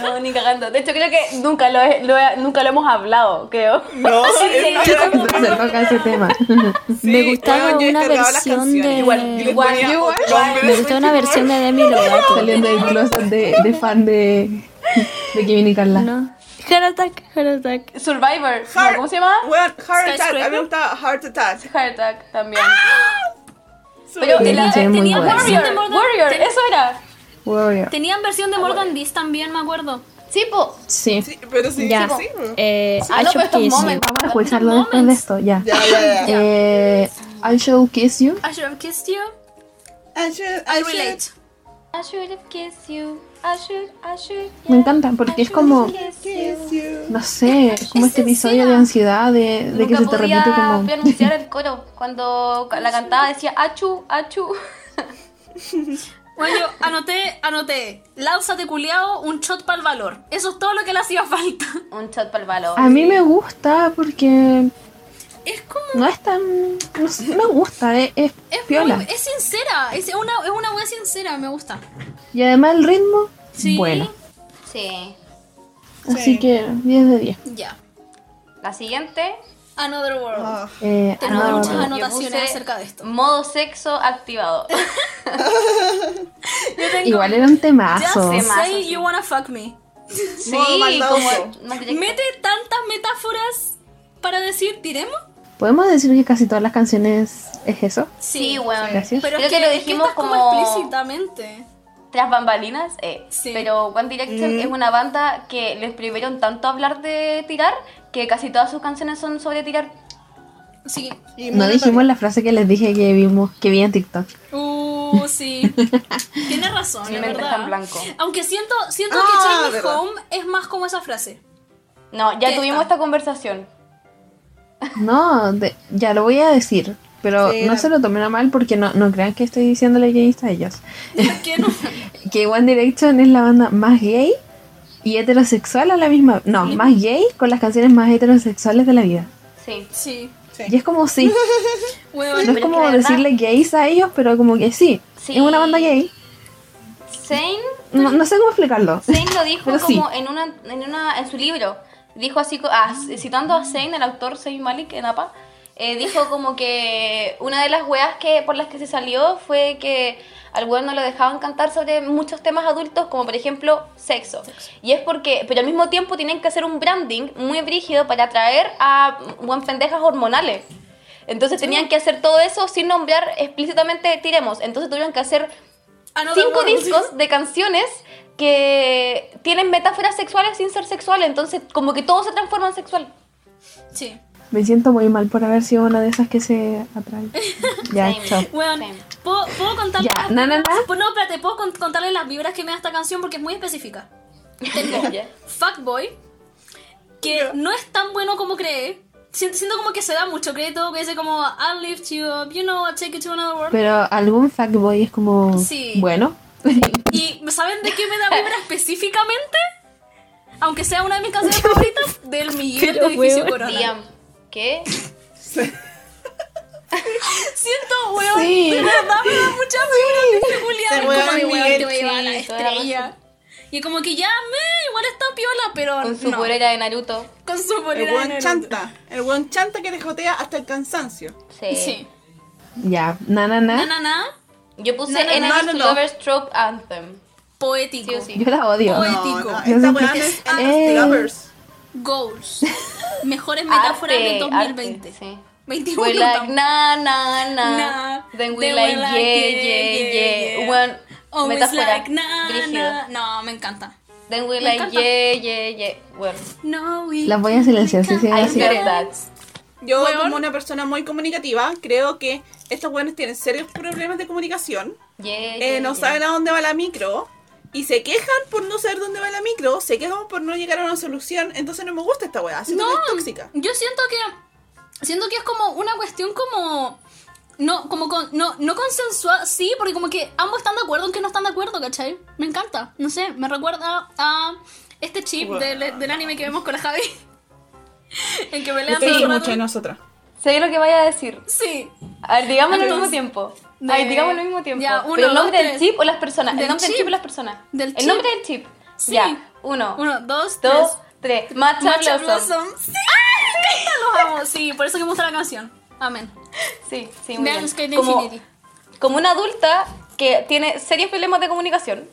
Speaker 2: No, ni cagando. De hecho, creo que nunca lo, he- lo he- nunca lo hemos hablado, creo. *laughs*
Speaker 1: No, es-
Speaker 2: yo
Speaker 4: Se toca ese tema. *laughs*
Speaker 1: sí,
Speaker 5: Me gustaba
Speaker 1: weón, yo
Speaker 5: una
Speaker 1: descargaba las
Speaker 5: versión
Speaker 1: canciones.
Speaker 5: de-
Speaker 2: Mm.
Speaker 1: Igual, y les
Speaker 2: Igual,
Speaker 1: ponía
Speaker 2: igual,
Speaker 1: otro
Speaker 2: igual.
Speaker 1: nombre
Speaker 5: Me gustó una
Speaker 1: después.
Speaker 5: versión de Demi Lovato.
Speaker 4: Saliendo del closet de, de fan de, de Kevin y Carla.
Speaker 5: ¿no? Heart Attack, Heart Attack.
Speaker 2: Survivor. no,
Speaker 1: Heart-
Speaker 2: ¿Cómo se llama?
Speaker 1: Weón, Heart Attack, a mí me
Speaker 3: Skyscraper.
Speaker 1: gustaba Heart Attack.
Speaker 2: Heart Attack también.
Speaker 1: Ah.
Speaker 2: Pero
Speaker 4: Sí,
Speaker 2: el-
Speaker 4: sí,
Speaker 2: el-
Speaker 4: muy
Speaker 3: tenía
Speaker 4: buena.
Speaker 3: Warrior.
Speaker 2: Warrior, Warrior, eso era. Ah,
Speaker 4: Warrior.
Speaker 3: Tenían versión de Morgan Beast también, me acuerdo.
Speaker 2: Sí, po.
Speaker 4: Sí.
Speaker 1: Sí, pero sí,
Speaker 5: Ya.
Speaker 1: sí, sí.
Speaker 5: Eh,
Speaker 2: Ah,
Speaker 5: I
Speaker 2: no, pero
Speaker 5: Should
Speaker 2: estos
Speaker 5: Kiss You.
Speaker 2: moments.
Speaker 4: Vamos a escucharlo después de
Speaker 3: Moments.
Speaker 4: esto, ya.
Speaker 1: Ya, ya,
Speaker 4: *laughs*
Speaker 1: ya.
Speaker 4: Eh, I Shall Kiss You.
Speaker 3: I should have kissed you.
Speaker 1: I should-
Speaker 3: I
Speaker 1: I
Speaker 3: relate.
Speaker 1: should-
Speaker 2: I should have kissed you. I should, I should.
Speaker 4: Me encanta, porque es como,
Speaker 1: Kiss you.
Speaker 4: no sé, es como este episodio de ansiedad, de, de que se te repite como...
Speaker 2: pronunciar
Speaker 4: *laughs*
Speaker 2: el coro. Cuando la cantaba decía achu, achu. *laughs*
Speaker 3: Bueno, yo anoté, anoté. Lánzate culiao, un shot para el valor. Eso es todo lo que le hacía falta.
Speaker 2: Un shot para el balón.
Speaker 4: A mí me gusta porque
Speaker 3: Es como.
Speaker 4: no es tan... No sé, me gusta, es, es
Speaker 3: Es,
Speaker 4: piola.
Speaker 3: muy- es sincera. Es una, es una wea sincera, me gusta.
Speaker 4: Y además el ritmo,
Speaker 3: Sí.
Speaker 4: bueno.
Speaker 2: Sí.
Speaker 4: Así que 10 de 10.
Speaker 3: Ya.
Speaker 2: La siguiente.
Speaker 3: Another World.
Speaker 1: Ah,
Speaker 4: Eh,
Speaker 3: Tenemos
Speaker 4: ah,
Speaker 3: muchas
Speaker 2: Yo
Speaker 3: anotaciones
Speaker 2: puse
Speaker 3: acerca de esto.
Speaker 2: Modo sexo
Speaker 3: *laughs*
Speaker 2: activado.
Speaker 3: Yo tengo.
Speaker 4: igual era un temazo.
Speaker 2: Ya sé.
Speaker 3: Just
Speaker 2: Temazo,
Speaker 3: say
Speaker 2: sí.
Speaker 3: you wanna fuck me.
Speaker 2: sí,
Speaker 1: Modo maldoso.
Speaker 3: *laughs*
Speaker 2: como- más directo.
Speaker 3: Mete tantas metáforas para decir, ¿tiremos?
Speaker 4: ¿Podemos decir que casi todas las canciones es eso?
Speaker 2: Sí, weón.
Speaker 4: Gracias.
Speaker 3: Pero
Speaker 2: Creo
Speaker 3: es
Speaker 2: que
Speaker 3: que,
Speaker 2: lo
Speaker 3: es que
Speaker 2: dijimos
Speaker 3: estás como...
Speaker 2: como-
Speaker 3: explícitamente.
Speaker 2: Tras bambalinas, eh.
Speaker 3: Sí.
Speaker 2: Pero One Direction es una banda que les prohibieron tanto hablar de tirar que casi todas sus canciones son sobre tirar.
Speaker 3: Sí.
Speaker 1: y
Speaker 4: No
Speaker 1: Mono
Speaker 4: dijimos la frase que les dije que vimos, que vi en TikTok.
Speaker 3: Uh,
Speaker 4: *laughs*
Speaker 3: sí. Tienes razón,
Speaker 2: Mi
Speaker 3: la
Speaker 2: mente
Speaker 3: verdad.
Speaker 2: está en blanco.
Speaker 3: Aunque siento, siento
Speaker 1: Ah,
Speaker 3: que Take Me
Speaker 1: verdad.
Speaker 3: Home es más como esa frase.
Speaker 2: No, ya
Speaker 3: Ya
Speaker 2: tuvimos
Speaker 3: está.
Speaker 2: esta conversación.
Speaker 4: No, de- ya lo voy a decir, pero
Speaker 1: Sí,
Speaker 4: no
Speaker 1: la-
Speaker 4: se lo tomen a mal porque no, no crean que estoy diciéndole gayista a ellos.
Speaker 3: ¿Por qué no?
Speaker 4: Que One Direction es la banda más gay y heterosexual a la misma No, más gay con las canciones más heterosexuales de la vida.
Speaker 2: Sí.
Speaker 3: Sí.
Speaker 4: Y es como sí,
Speaker 3: Huevón.
Speaker 2: pero
Speaker 4: no
Speaker 2: es
Speaker 4: es
Speaker 2: que
Speaker 4: como
Speaker 2: de verdad-
Speaker 4: decirle gays a ellos, pero como que sí,
Speaker 2: Sí.
Speaker 4: es una banda gay.
Speaker 2: Zane,
Speaker 4: No, no sé cómo explicarlo.
Speaker 2: Zane lo dijo
Speaker 4: Pero sí.
Speaker 2: como en una, en una, en su libro. Dijo así, co- ah, citando a Zane, el autor Zayn Malik en APA, eh, dijo como que una de las weas que, por las que se salió fue que al weón no lo dejaban cantar sobre muchos temas adultos, como por ejemplo sexo. Y es porque, pero al mismo tiempo tienen que hacer un branding muy brígido para atraer a buen pendejas hormonales. Entonces tenían que hacer todo eso sin nombrar explícitamente tiremos. Entonces tuvieron que hacer
Speaker 3: Another
Speaker 2: cinco
Speaker 3: World.
Speaker 2: discos de canciones que tienen metáforas sexuales sin ser sexual, entonces como que todo se transforma en sexual.
Speaker 3: Sí.
Speaker 4: Me siento muy mal por haber sido una de esas que se atrae. Ya,
Speaker 2: Same.
Speaker 4: chao.
Speaker 3: Weón,
Speaker 2: Sí.
Speaker 3: ¿puedo, ¿puedo contar
Speaker 4: Ya,
Speaker 3: las
Speaker 4: na, na,
Speaker 3: vibras?
Speaker 4: na.
Speaker 3: Pues No, espérate, ¿puedo con- contarles las vibras que me da esta canción? Porque es muy específica. *laughs*
Speaker 2: Ya.
Speaker 3: Fuckboy, que no es tan bueno como cree. Siento, siento como que se da mucho crédito, que dice como, I'll lift you up, you know, I'll take you to another world.
Speaker 4: Pero algún fuckboy es como
Speaker 3: Sí.
Speaker 4: bueno.
Speaker 3: ¿Y saben de qué me da vibra específicamente? Aunque sea una de mis canciones favoritas, del Miguel de
Speaker 5: Pero,
Speaker 3: Edificio
Speaker 5: weón.
Speaker 3: Corona.
Speaker 2: Liam, ¿qué?
Speaker 3: Siento, weón,
Speaker 4: Sí.
Speaker 3: de verdad me da mucha vibra este Julián.
Speaker 1: Sí,
Speaker 3: como
Speaker 1: weón,
Speaker 3: mi weón,
Speaker 1: Miguel,
Speaker 3: te voy a llevar a la
Speaker 2: sí, toda la
Speaker 3: estrella. Y como que ya, me, igual está piola, pero
Speaker 2: Con su
Speaker 3: no.
Speaker 2: polera de Naruto.
Speaker 3: Con su
Speaker 1: El
Speaker 3: polera de
Speaker 1: buen
Speaker 3: Naruto.
Speaker 1: chanta. El buen chanta que le jotea hasta el cansancio.
Speaker 2: Sí.
Speaker 3: Sí.
Speaker 4: Ya, na, na, na.
Speaker 3: Na, na, na,
Speaker 2: Yo puse
Speaker 1: No, no,
Speaker 2: Enemies
Speaker 1: no,
Speaker 2: to
Speaker 1: no.
Speaker 2: Lovers Trope Anthem.
Speaker 3: poético.
Speaker 2: Sí o sí.
Speaker 4: Yo la odio.
Speaker 3: Oye.
Speaker 1: No,
Speaker 3: Poético.
Speaker 1: no,
Speaker 4: Yo
Speaker 1: esta
Speaker 4: sé
Speaker 1: weá
Speaker 4: que-
Speaker 1: es
Speaker 4: Eh.
Speaker 1: anti-lovers.
Speaker 3: Goals. Mejores metáforas
Speaker 2: Arte,
Speaker 3: del 2020.
Speaker 2: arte,
Speaker 3: *laughs*
Speaker 2: sí.
Speaker 3: 21
Speaker 2: We like
Speaker 3: tam-
Speaker 2: na na na.
Speaker 3: Na.
Speaker 2: Then we
Speaker 3: Then
Speaker 2: like,
Speaker 3: we like
Speaker 2: yeah, yeah,
Speaker 3: yeah,
Speaker 2: yeah.
Speaker 3: yeah.
Speaker 2: One
Speaker 3: Always
Speaker 2: metáfora.
Speaker 3: like na,
Speaker 2: brígido.
Speaker 3: na. No, me encanta.
Speaker 2: Then we
Speaker 3: Me
Speaker 2: like
Speaker 3: encanta.
Speaker 2: yeah yeah yeah. Bueno,
Speaker 3: No, we
Speaker 4: Las voy a silenciar,
Speaker 3: can't
Speaker 4: sí, sí,
Speaker 2: I
Speaker 4: así.
Speaker 2: get that.
Speaker 1: Yo,
Speaker 3: Weón.
Speaker 1: como una persona muy comunicativa, creo que estos weones tienen serios problemas de comunicación.
Speaker 2: Yeah,
Speaker 1: Eh,
Speaker 2: yeah,
Speaker 1: no
Speaker 2: yeah.
Speaker 1: saben a dónde va la micro. Y se quejan por no saber dónde va la micro, se quejan por no llegar a una solución, entonces no me gusta esta weá, siento
Speaker 3: No.
Speaker 1: que es tóxica.
Speaker 3: Yo siento que siento que es como una cuestión como no como con, no no consensuada, sí, porque como que ambos están de acuerdo en que no están de acuerdo, ¿cachai? Me encanta. No sé, me recuerda a este chip
Speaker 1: Wow.
Speaker 3: del, del anime que vemos con la Javi. *laughs* en que pelean
Speaker 1: Esto
Speaker 3: todo
Speaker 1: dice
Speaker 3: el
Speaker 1: mucho de
Speaker 3: rato.
Speaker 1: nosotras.
Speaker 2: Sé lo que vaya a decir.
Speaker 3: Sí.
Speaker 2: A ver, digámoslo al mismo
Speaker 3: Entonces,
Speaker 2: tiempo.
Speaker 3: de-
Speaker 2: Ay, digámoslo al mismo tiempo.
Speaker 3: ya, uno,
Speaker 2: Pero el
Speaker 3: dos,
Speaker 2: nombre del
Speaker 3: tres.
Speaker 2: chip o las personas.
Speaker 3: Del
Speaker 2: el nombre del
Speaker 3: chip.
Speaker 2: chip o las personas.
Speaker 3: Del
Speaker 2: el
Speaker 3: chip.
Speaker 2: nombre del chip.
Speaker 3: Sí.
Speaker 2: Ya. Uno,
Speaker 3: Uno, dos,
Speaker 2: dos,
Speaker 3: tres.
Speaker 2: tres. Matcha,
Speaker 3: Matcha
Speaker 2: Blossom.
Speaker 3: Blossom. Sí. ¡Ah! Los amo. Sí, por eso que me gusta la canción. Amén.
Speaker 2: Sí, sí, muy
Speaker 3: Vean Sky
Speaker 2: bien.
Speaker 3: de
Speaker 2: Como,
Speaker 3: Infinity.
Speaker 2: como una adulta que tiene serios problemas de comunicación,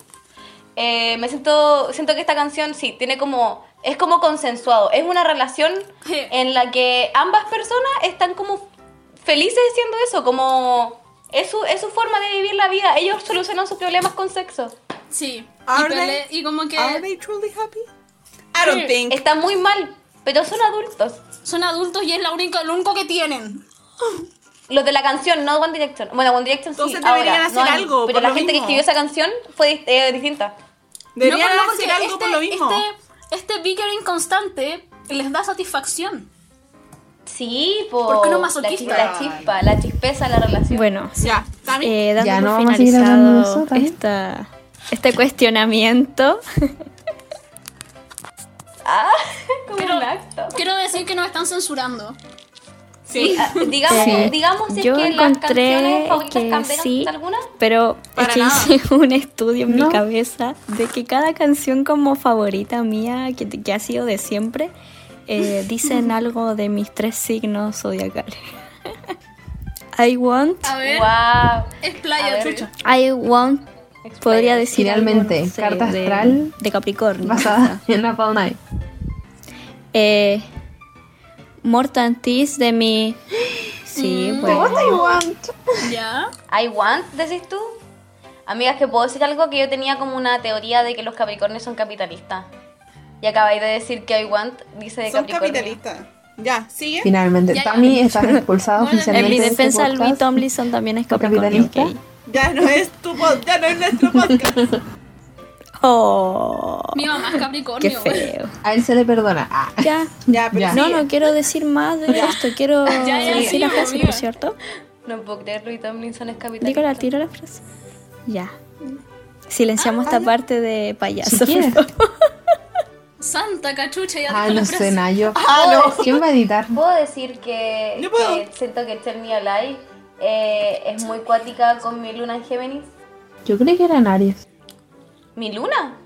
Speaker 2: eh, me siento, siento que esta canción sí, tiene como, es como consensuado, es una
Speaker 1: *laughs*
Speaker 2: relación
Speaker 3: Sí.
Speaker 2: en la que ambas personas están como felices haciendo eso, como es su, es su forma de vivir la vida, ellos solucionan sus problemas con sexo.
Speaker 3: Sí. Y,
Speaker 1: Are they-
Speaker 3: pele- y como que
Speaker 1: ¿Are they truly happy? I don't think.
Speaker 2: Está muy mal, pero son adultos.
Speaker 3: son adultos y es la única, lo único que tienen.
Speaker 2: Los de la canción, no One Direction. Bueno, One Direction sí,
Speaker 1: Entonces
Speaker 2: ahora,
Speaker 1: deberían
Speaker 2: no
Speaker 1: hacer
Speaker 2: hay,
Speaker 1: algo,
Speaker 2: Pero
Speaker 1: por
Speaker 2: la
Speaker 1: lo
Speaker 2: gente que
Speaker 1: mismo.
Speaker 2: escribió esa canción fue eh, distinta.
Speaker 1: Deberían
Speaker 3: por-
Speaker 1: hacer algo por lo mismo.
Speaker 3: Este, este bickering constante les da satisfacción.
Speaker 2: Sí, po.
Speaker 3: ¿Por qué no masoquista?
Speaker 2: La chispa, la chispa, la chispeza, la relación.
Speaker 5: Bueno,
Speaker 1: Ya, Tami.
Speaker 5: eh, dando
Speaker 4: Ya,
Speaker 5: por
Speaker 4: no vamos a seguir hablando de
Speaker 5: finalizado
Speaker 4: eso, ¿también?
Speaker 5: esta, este cuestionamiento.
Speaker 2: Ah, como
Speaker 3: Pero-
Speaker 2: un acto.
Speaker 3: Quiero decir que nos están censurando.
Speaker 1: sí.
Speaker 5: *laughs*
Speaker 2: Ah, digamos,
Speaker 5: Sí.
Speaker 2: digamos si
Speaker 5: eh, Yo
Speaker 2: es que las
Speaker 5: encontré
Speaker 2: canciones favoritas
Speaker 5: que
Speaker 2: camperas
Speaker 5: sí.
Speaker 2: alguna.
Speaker 5: Pero
Speaker 1: Para
Speaker 5: es que
Speaker 1: nada.
Speaker 5: hice un estudio en
Speaker 4: No.
Speaker 5: mi cabeza de que cada canción como favorita mía, que, que ha sido de siempre,
Speaker 2: *laughs*
Speaker 5: eh, dicen algo de mis tres signos zodiacales. *laughs* I want,
Speaker 3: A ver,
Speaker 2: Wow.
Speaker 3: es
Speaker 2: A
Speaker 3: playa,
Speaker 2: ver.
Speaker 3: chucha.
Speaker 5: I want, podría decir
Speaker 4: Finalmente,
Speaker 5: algo, no sé,
Speaker 4: carta
Speaker 5: de-
Speaker 4: astral
Speaker 5: de Capricornio.
Speaker 4: Basada en Apple Night.
Speaker 5: Eh, Mortantis de mi... Sí,
Speaker 1: Mm.
Speaker 5: bueno.
Speaker 3: Ya.
Speaker 2: I want, decís tú. Amigas, que puedo decir algo que yo tenía como una teoría de que los Capricornios son capitalistas. Y acabáis de decir que I want dice de
Speaker 1: Son
Speaker 2: Capricornio.
Speaker 1: capitalistas. Ya, sigue.
Speaker 4: Finalmente,
Speaker 3: Ya, ya.
Speaker 4: Tami estás expulsado
Speaker 3: Bueno, en
Speaker 5: En
Speaker 4: oficialmente.
Speaker 5: mi
Speaker 4: de este
Speaker 5: defensa,
Speaker 4: podcast.
Speaker 5: Louis Tomlinson también es
Speaker 4: ¿Por
Speaker 5: Capricornio.
Speaker 4: capitalista?
Speaker 5: ok.
Speaker 1: Ya no es tu podcast, ya no es nuestro
Speaker 3: *laughs*
Speaker 1: podcast.
Speaker 5: Oh,
Speaker 3: Mi mamá es
Speaker 5: qué
Speaker 3: Capricornio. güey.
Speaker 1: *laughs*
Speaker 5: feo.
Speaker 4: A él se le perdona. Ah.
Speaker 5: Ya.
Speaker 1: Ya, pero
Speaker 4: Ya.
Speaker 1: sigue.
Speaker 5: No, no quiero decir más de esto.
Speaker 1: *laughs*
Speaker 5: Quiero
Speaker 3: Ya, ya,
Speaker 5: decir
Speaker 3: sí,
Speaker 5: la frase,
Speaker 3: amiga.
Speaker 5: por cierto.
Speaker 2: No puedo creer, Louis Tomlinson es capitalista.
Speaker 5: Dígala, tiro la frase. Ya. Silenciamos
Speaker 1: Ah,
Speaker 5: esta parte de payaso.
Speaker 4: Si quieres.
Speaker 3: Santa cachucha, ya
Speaker 4: Ah,
Speaker 3: dijo la
Speaker 4: no
Speaker 3: frase.
Speaker 4: sé, Nayo.
Speaker 2: Ah,
Speaker 4: ¿Quién va a editar?
Speaker 2: Puedo decir que,
Speaker 1: Yo puedo.
Speaker 2: que siento que Tell Me Alive eh, es muy cuática con mi luna en Géminis.
Speaker 4: Yo creí que era en Aries.
Speaker 2: ¿Mi luna?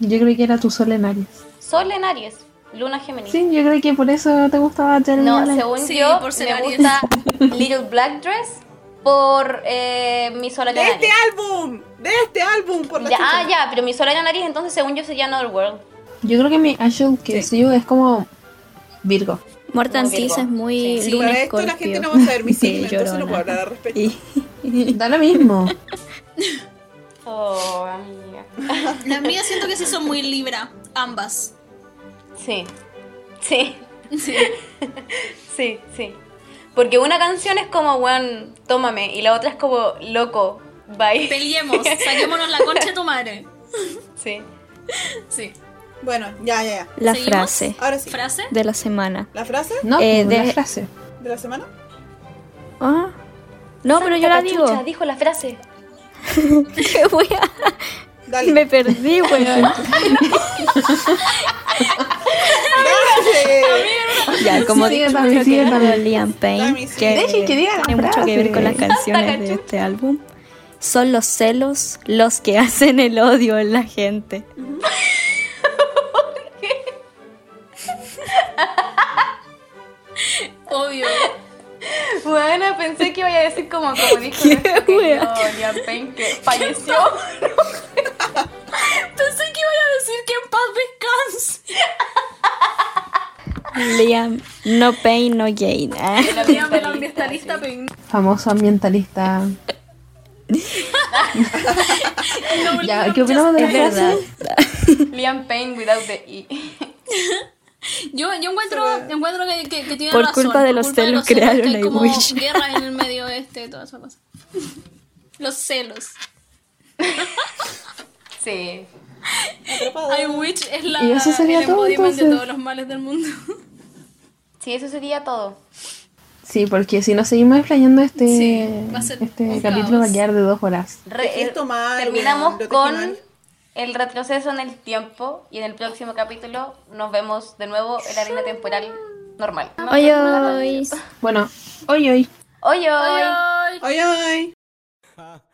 Speaker 4: Yo creí que era tu sol en Aries.
Speaker 2: Sol en Aries, luna Géminis.
Speaker 4: Sí, yo creo que por eso te gustaba Jeremy
Speaker 2: No,
Speaker 4: Allen.
Speaker 2: según
Speaker 3: Sí,
Speaker 2: yo,
Speaker 3: por ser
Speaker 2: me
Speaker 3: Aries.
Speaker 2: gusta Little Black Dress por eh, mi sol en
Speaker 1: De este
Speaker 2: Aries.
Speaker 1: álbum, de este álbum, por la
Speaker 2: Ya,
Speaker 1: chucha.
Speaker 2: ah, ya, pero mi sol en Aries entonces según yo sería Another World.
Speaker 4: Yo creo que mi Ashok que sigo es como Virgo.
Speaker 5: Mortantis
Speaker 2: Virgo.
Speaker 5: es muy
Speaker 1: Sí,
Speaker 5: luna
Speaker 1: para esto la gente no va a saber
Speaker 5: *laughs*
Speaker 1: mi signo, entonces no puedo hablar al respecto.
Speaker 4: Da lo mismo.
Speaker 2: Oh, amiga.
Speaker 3: Las mías siento que sí son muy libra, ambas.
Speaker 2: Sí, sí, *laughs* sí, sí. Porque una canción es como, weón, tómame, y la otra es como, loco, bye.
Speaker 3: Peleemos, saquémonos la concha de tu madre.
Speaker 2: Sí.
Speaker 3: Sí.
Speaker 1: Bueno, ya, ya, ya.
Speaker 5: La
Speaker 3: ¿Seguimos?
Speaker 5: frase
Speaker 1: Ahora sí.
Speaker 3: ¿Frase?
Speaker 5: de la semana.
Speaker 1: ¿La frase
Speaker 4: No,
Speaker 5: Eh,
Speaker 4: ninguna
Speaker 5: de-
Speaker 4: frase.
Speaker 1: de la semana?
Speaker 5: Ah. No, pero yo la digo.
Speaker 2: Cachucha, dijo la frase.
Speaker 5: Qué wea.
Speaker 1: Dale.
Speaker 5: Me perdí, weón. *laughs*
Speaker 1: Dale.
Speaker 5: Ya, como
Speaker 4: Sí,
Speaker 5: dicho,
Speaker 4: también,
Speaker 5: creo
Speaker 4: sí,
Speaker 5: que era
Speaker 4: también.
Speaker 5: Liam Payne,
Speaker 1: También, sí.
Speaker 5: que
Speaker 4: Dejen que diga la
Speaker 5: tiene mucho que ver
Speaker 4: frase.
Speaker 5: con las canciones de
Speaker 2: cachucha.
Speaker 5: este álbum. son los celos los que hacen el odio en la gente.
Speaker 1: *laughs*
Speaker 3: Obvio.
Speaker 2: Bueno, pensé que iba a decir como, como dijo nuestro querido Liam Payne que falleció.
Speaker 3: Pensé que iba a decir que en paz descanse.
Speaker 5: Liam, no pain, no gain. Ah.
Speaker 3: Liam, el ambientalista Payne.
Speaker 4: Famoso ambientalista.
Speaker 3: No,
Speaker 4: Ya, ¿qué opinamos de la
Speaker 5: Es verdad.
Speaker 4: frase?
Speaker 2: *laughs* Liam Payne without the E.
Speaker 3: Yo, yo encuentro, encuentro que, que, que tiene
Speaker 5: Por
Speaker 3: razón.
Speaker 5: culpa de los celos
Speaker 3: que hay
Speaker 5: crearon a
Speaker 3: como
Speaker 5: Wish.
Speaker 3: guerra en el medio este y toda esa
Speaker 5: *laughs*
Speaker 3: cosa. Los celos.
Speaker 2: Sí.
Speaker 3: I Witch es la,
Speaker 4: Y eso sería
Speaker 3: el
Speaker 4: todo,
Speaker 3: embodiment de
Speaker 4: entonces.
Speaker 3: todos los males del mundo.
Speaker 2: Sí, eso sería todo.
Speaker 4: Sí, porque si nos seguimos explayando este,
Speaker 3: Sí, va a ser un
Speaker 4: este capítulo va a
Speaker 3: caos.
Speaker 4: quedar de dos horas.
Speaker 2: Re-
Speaker 1: Esto mal,
Speaker 2: terminamos
Speaker 1: weón, lo
Speaker 2: con
Speaker 1: dejé mal.
Speaker 2: el retroceso en el tiempo y en el próximo capítulo nos vemos de nuevo en la línea temporal normal.
Speaker 5: Oye, oye.
Speaker 4: Bueno, hoy, hoy.
Speaker 2: Hoy, hoy.
Speaker 1: Ay, ay.